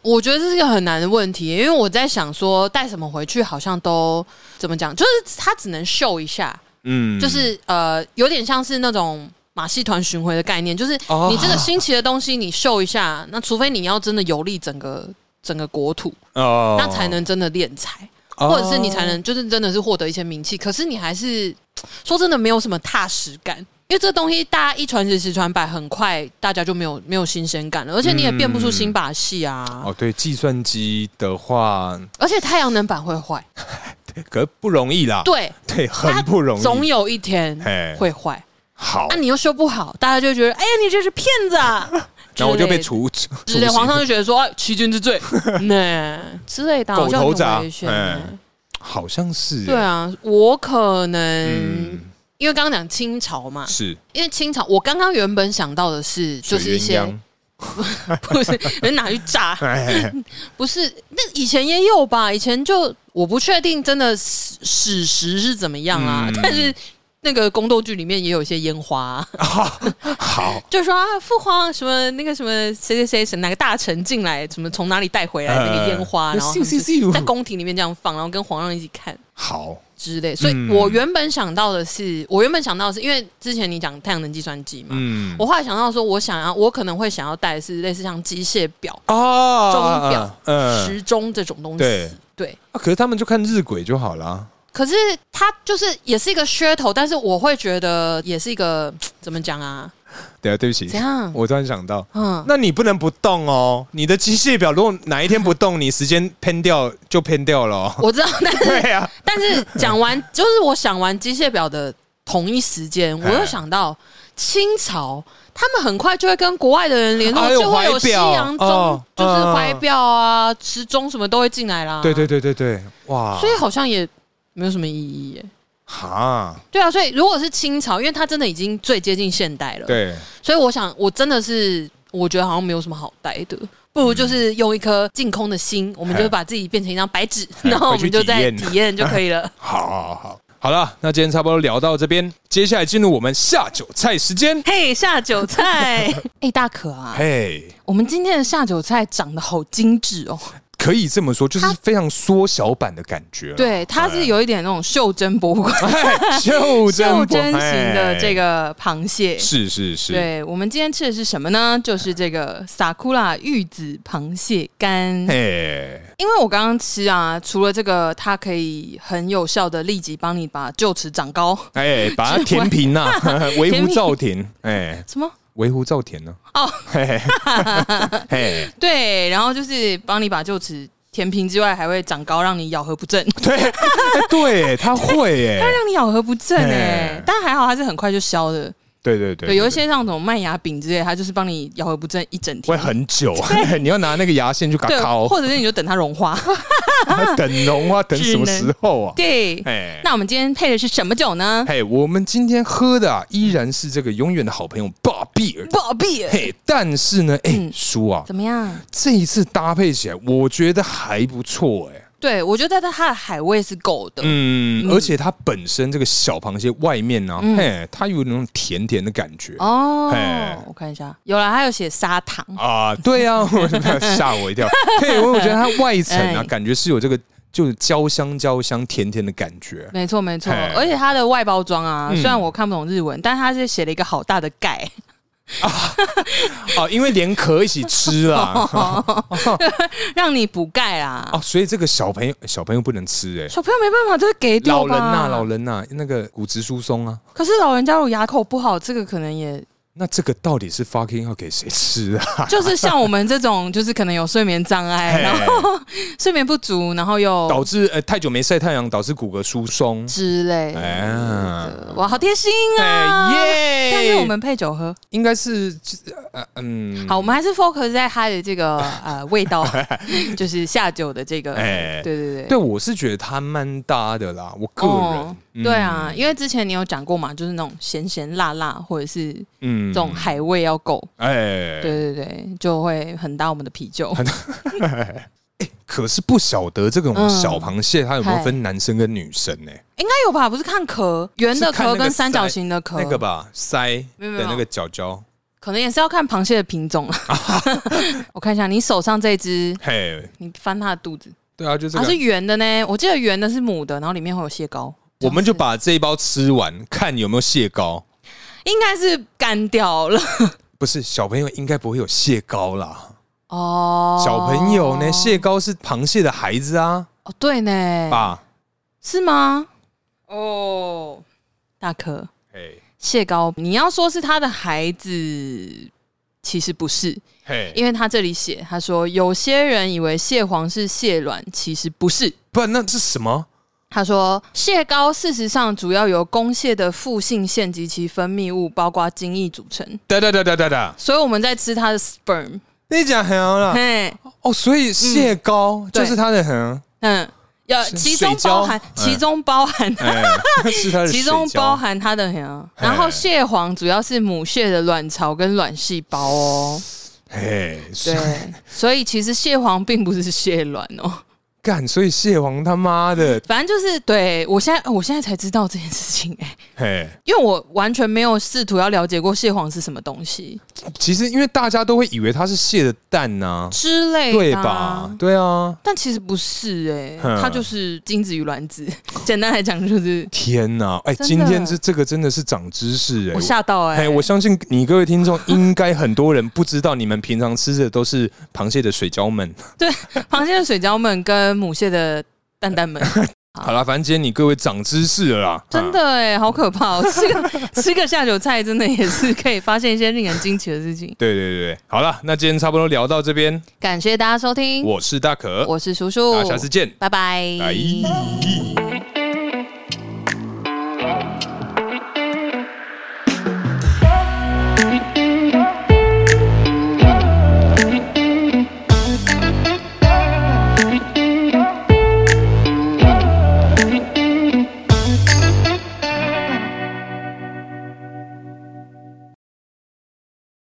C: 我觉得这是一个很难的问题，因为我在想说带什么回去，好像都怎么讲，就是他只能秀一下，
B: 嗯，
C: 就是呃，有点像是那种马戏团巡回的概念，就是
B: 哦
C: 你这个新奇的东西你秀一下，那除非你要真的游历整个整个国土，
B: 哦
C: 那才能真的敛财。
B: 哦
C: 或者是你才能就是真的是获得一些名气，可是你还是说真的没有什么踏实感，因为这东西大家一传十，十传百，很快大家就没有没有新鲜感了，而且你也变
B: 嗯
C: 不出新把戏啊。
B: 哦，对，计算机的话，
C: 而且太阳能板会坏，
B: 可不容易啦。
C: 对，
B: 对，很不容易。
C: 总有一天
B: 嘿
C: 会坏。
B: 好
C: 那、，你又修不好，大家就觉得，哎呀，你这是骗 子啊！
B: 然后我就被
C: 之类的
B: 处处
C: 之类，
B: 刑
C: 皇上就觉得说，哎，欺君 之罪，那之类的，
B: 狗
C: 好像
B: 头
C: 很
B: 铡
C: 危险
B: 哎
C: 欸。
B: 好像是
C: 对
B: 耶，
C: 啊，我可能
B: 嗯，
C: 因为刚刚讲清朝嘛，
B: 是
C: 因为清朝，我刚刚原本想到的是，就是
B: 水
C: 一些
B: 鸳鸯
C: 不是人拿去 炸，
B: 哎，
C: 不是那以前也有吧，以前就我不确定真的史史实是怎么样啊，
B: 嗯
C: 但是。那个宫斗剧里面也有一些烟花啊、
B: 好，
C: 就说啊，父皇什么那个什么谁谁谁谁哪个大臣进来，什么从哪里带回来那个烟
B: 呃
C: 花，然后他们
B: 咻
C: 就
B: 咻咻
C: 在宫廷里面这样放，然后跟皇上一起看
B: 好，
C: 之类。所以
B: 嗯
C: 我原本想到的是，我原本想到的是因为之前你讲太阳能计算机嘛，
B: 嗯，
C: 我后来想到说，我想要我可能会想要带的是类似像机械表、
B: 啊
C: 钟表，
B: 嗯，
C: 时钟这种东西。
B: 对
C: 对，
B: 啊可是他们就看日晷就好啦。
C: 可是它就是也是一个噱头，但是我会觉得也是一个怎么讲啊？
B: 对啊，对不起
C: 怎，样？
B: 我突然想到，
C: 嗯，
B: 那你不能不动哦，你的机械表如果哪一天不动，你时间偏掉就偏掉了哦。
C: 我知道， 但是
B: 对啊，
C: 但是讲完，就是我想完机械表的同一时间，
B: 哎
C: 我又想到清朝，他们很快就会跟国外的人联络，
B: 哎呦
C: 就会有西洋
B: 怀
C: 钟，
B: 表哦
C: 就是
B: 嗯
C: 怀表啊、时钟什么都会进来啦。
B: 对对，对对对，哇
C: 啊所，以好像也没有什么意义耶。
B: 哈，
C: 对啊，所以如果是清朝，因为它真的已经最接近现代了，
B: 对，
C: 所以我想，我真的是我觉得好像没有什么好待的，不如就是用一颗净空的心，我们就
B: 嘿
C: 把自己变成一张白纸，
B: 嘿
C: 然后我
B: 回去
C: 们就
B: 体
C: 再
B: 验
C: 体验就可以 了。
B: 好好好，好了，那今天差不多聊到这边，接下来进入我们下酒菜时间。
C: 嘿，下酒菜， 哎、大可啊，
B: 嘿，
C: 我们今天的下酒菜长得好精致哦。
B: 可以这么说，就是
C: 它
B: 非常缩小版的感觉了。
C: 对，啊它是有一点那种袖珍博物馆、
B: 哎，袖珍
C: 袖
B: 不
C: 珍型的这
B: 哎
C: 个螃蟹。
B: 是是是，
C: 对，我们今天吃的是什么呢？就是这个萨库拉玉子螃蟹干。
B: 嘿，
C: 因为我刚刚吃啊，除了这个，它可以很有效的立即帮你把臼齿长高。
B: 哎，把它填平呐， 微
C: 填
B: 乎
C: 平
B: 造田，哎，
C: 什么？
B: 微乎造田呢？
C: 哦，
B: 嘿嘿嘿，
C: 对，然后就是帮你把臼齿填平之外，还会长高，让你咬合不正。
B: 哎对，他会哎，
C: 让你咬合不正哎、
B: 嘿
C: 但还好它是很快就消的。
B: 对对对，
C: 对，有一
B: 对
C: 些像什么麦芽饼之类，它就是帮你咬合不正一整
B: 会
C: 天。
B: 很久， 你要拿那个牙线去嘎
C: 对，
B: 敲，
C: 或者是你就等它 融化。
B: 等融 化，等什么时候啊？
C: 对，
B: 哎。
C: 那我们今天配的是什么酒呢？
B: 嘿我们今天喝的啊，依然是这个永远的好朋友鲍比尔。
C: 不好避，
B: 嘿，但是呢，哎
C: 嗯，
B: 叔啊，
C: 怎么样？
B: 这一次搭配起来，我觉得还不错哎、
C: 对，我觉得它的海味是够的。
B: 嗯
C: 嗯，
B: 而且它本身这个小螃蟹外面呢、
C: 嗯
B: 嘿，它有那种甜甜的感觉。
C: 哦
B: 嘿，
C: 我看一下，有了，它有写砂糖。
B: 啊，对 啊，我吓我一 跳。嘿，我我觉得它外层啊，
C: 哎
B: 感觉是有这个就是焦香焦香甜甜的感觉。
C: 没错没错，
B: 嘿
C: 而且它的外包装啊，
B: 嗯
C: 虽然我看不懂日文，但它是写了一个好大的盖，
B: 哦，因为连壳一起吃啊啦。
C: 让你补钙 啦。
B: 哦，所以这个小朋友小朋友不能吃哎、
C: 小朋友没办法，这会给掉
B: 老
C: 吧
B: 人呐、老人呐、那个骨质疏松啊，
C: 可是老人家如果牙口不好，这个可 能也
B: 那这个到底是 fucking 要给谁吃啊？
C: 就是像我们这种，就是可能有睡眠障碍，然后睡眠不足，然后
B: 导
C: 又
B: 致呃太久没晒太阳，导致骨骼疏松。
C: 之类的。
B: 哎呀哎
C: 哇，好贴心啊！
B: 哎耶！
C: 但是我们配酒喝，
B: 应该是呃嗯，
C: 好，我们还是 focus 在它的这个呃味 道，就是下酒的这个，
B: 哎
C: 对对
B: 对
C: 对，
B: 我是觉得它蛮搭的啦，我个人、
C: 哦
B: 嗯
C: 对，啊，因为之前你有讲过嘛，就是那种咸咸辣辣，或者是
B: 嗯
C: 这种海味要够，
B: 哎，
C: 对对对，就会很搭我们的啤酒。
B: 可是不晓得这种
C: 嗯
B: 小螃蟹它有没有
C: 嗨
B: 分男生跟女生呢、
C: 应该有吧？不是看壳，圆的
B: 是看
C: 壳
B: 那个
C: 跟三角
B: 塞
C: 形的壳，
B: 那个吧，鳃
C: 没有没有
B: 的那个角角，
C: 可能也是要看螃蟹的品种了。 我看一下，你手上这只，
B: 嘿，
C: 你翻它的肚子，
B: 对啊，就这
C: 它、
B: 个。
C: 是圆的呢。我记得圆的是母的，然后里面会有蟹膏。
B: 我们就
C: 这样
B: 把这一包吃完，看有没有蟹膏。
C: 是应该是干 掉了
B: 不是小朋友应该不会有蟹膏啦，
C: 哦。
B: 小朋友呢，蟹膏是螃蟹的孩子啊，
C: 哦，对呢，
B: 爸，
C: 是吗？哦，大可，
B: 哎，
C: 谢高，你要说是他的孩子，其实不是，
B: 嘿，
C: 因为他这里写，他说有些人以为蟹黄是蟹卵，其实不是。
B: 不然那是什么？
C: 他说，蟹膏事实上主要由公蟹的复性腺及其分泌物，包括精液组成，
B: 哒哒哒哒哒哒，
C: 所以我们在吃它的 sperm。
B: 你讲很好了
C: 嘿，嗯
B: 哦，所以蟹膏
C: 对
B: 就是它的很，
C: 嗯，要
B: 是
C: 其
B: 水
C: 中
B: 胶
C: 包
B: 嗯
C: 含，其中包含它，
B: 哎 是它的
C: 其中
B: 水胶哎
C: 包含它的呀。然后蟹黄主要是母蟹的卵巢跟卵细胞哦。
B: 嘿，
C: 对，所以其实蟹黄并不是蟹卵哦。
B: 干，所以蟹黄他妈的，
C: 反正就是对我现在，我现在才知道这件事情哎、
B: 嘿，
C: 因为我完全没有试图要了解过蟹黄是什么东西
B: 其实因为大家都会以为它是蟹的蛋呐、
C: 之类的、啊
B: 对吧？？对啊，
C: 但其实不是哎、
B: 哼
C: 它就是精子与卵子。 简单来讲就是，
B: 天呐，哎、
C: 真的
B: 今天这这个真的是长知识哎、
C: 我吓到哎、
B: 哎，我相信你各位听众应该很多人不知道，你们平常吃的都是螃蟹的水饺们。
C: 螃蟹的水饺们跟母蟹的蛋 蛋们，
B: 好啦，反正今天你各位长知识了啦，
C: 真的哎、好可怕、哦！吃个吃个下酒菜，真的也是可以发现一些令人惊奇的事情。
B: 对对对，对好了，那今天差不多聊到这边，
C: 感谢大家收听，
B: 我是大可，
C: 我是叔叔
B: 那，下次见，
C: 拜拜。
B: 拜。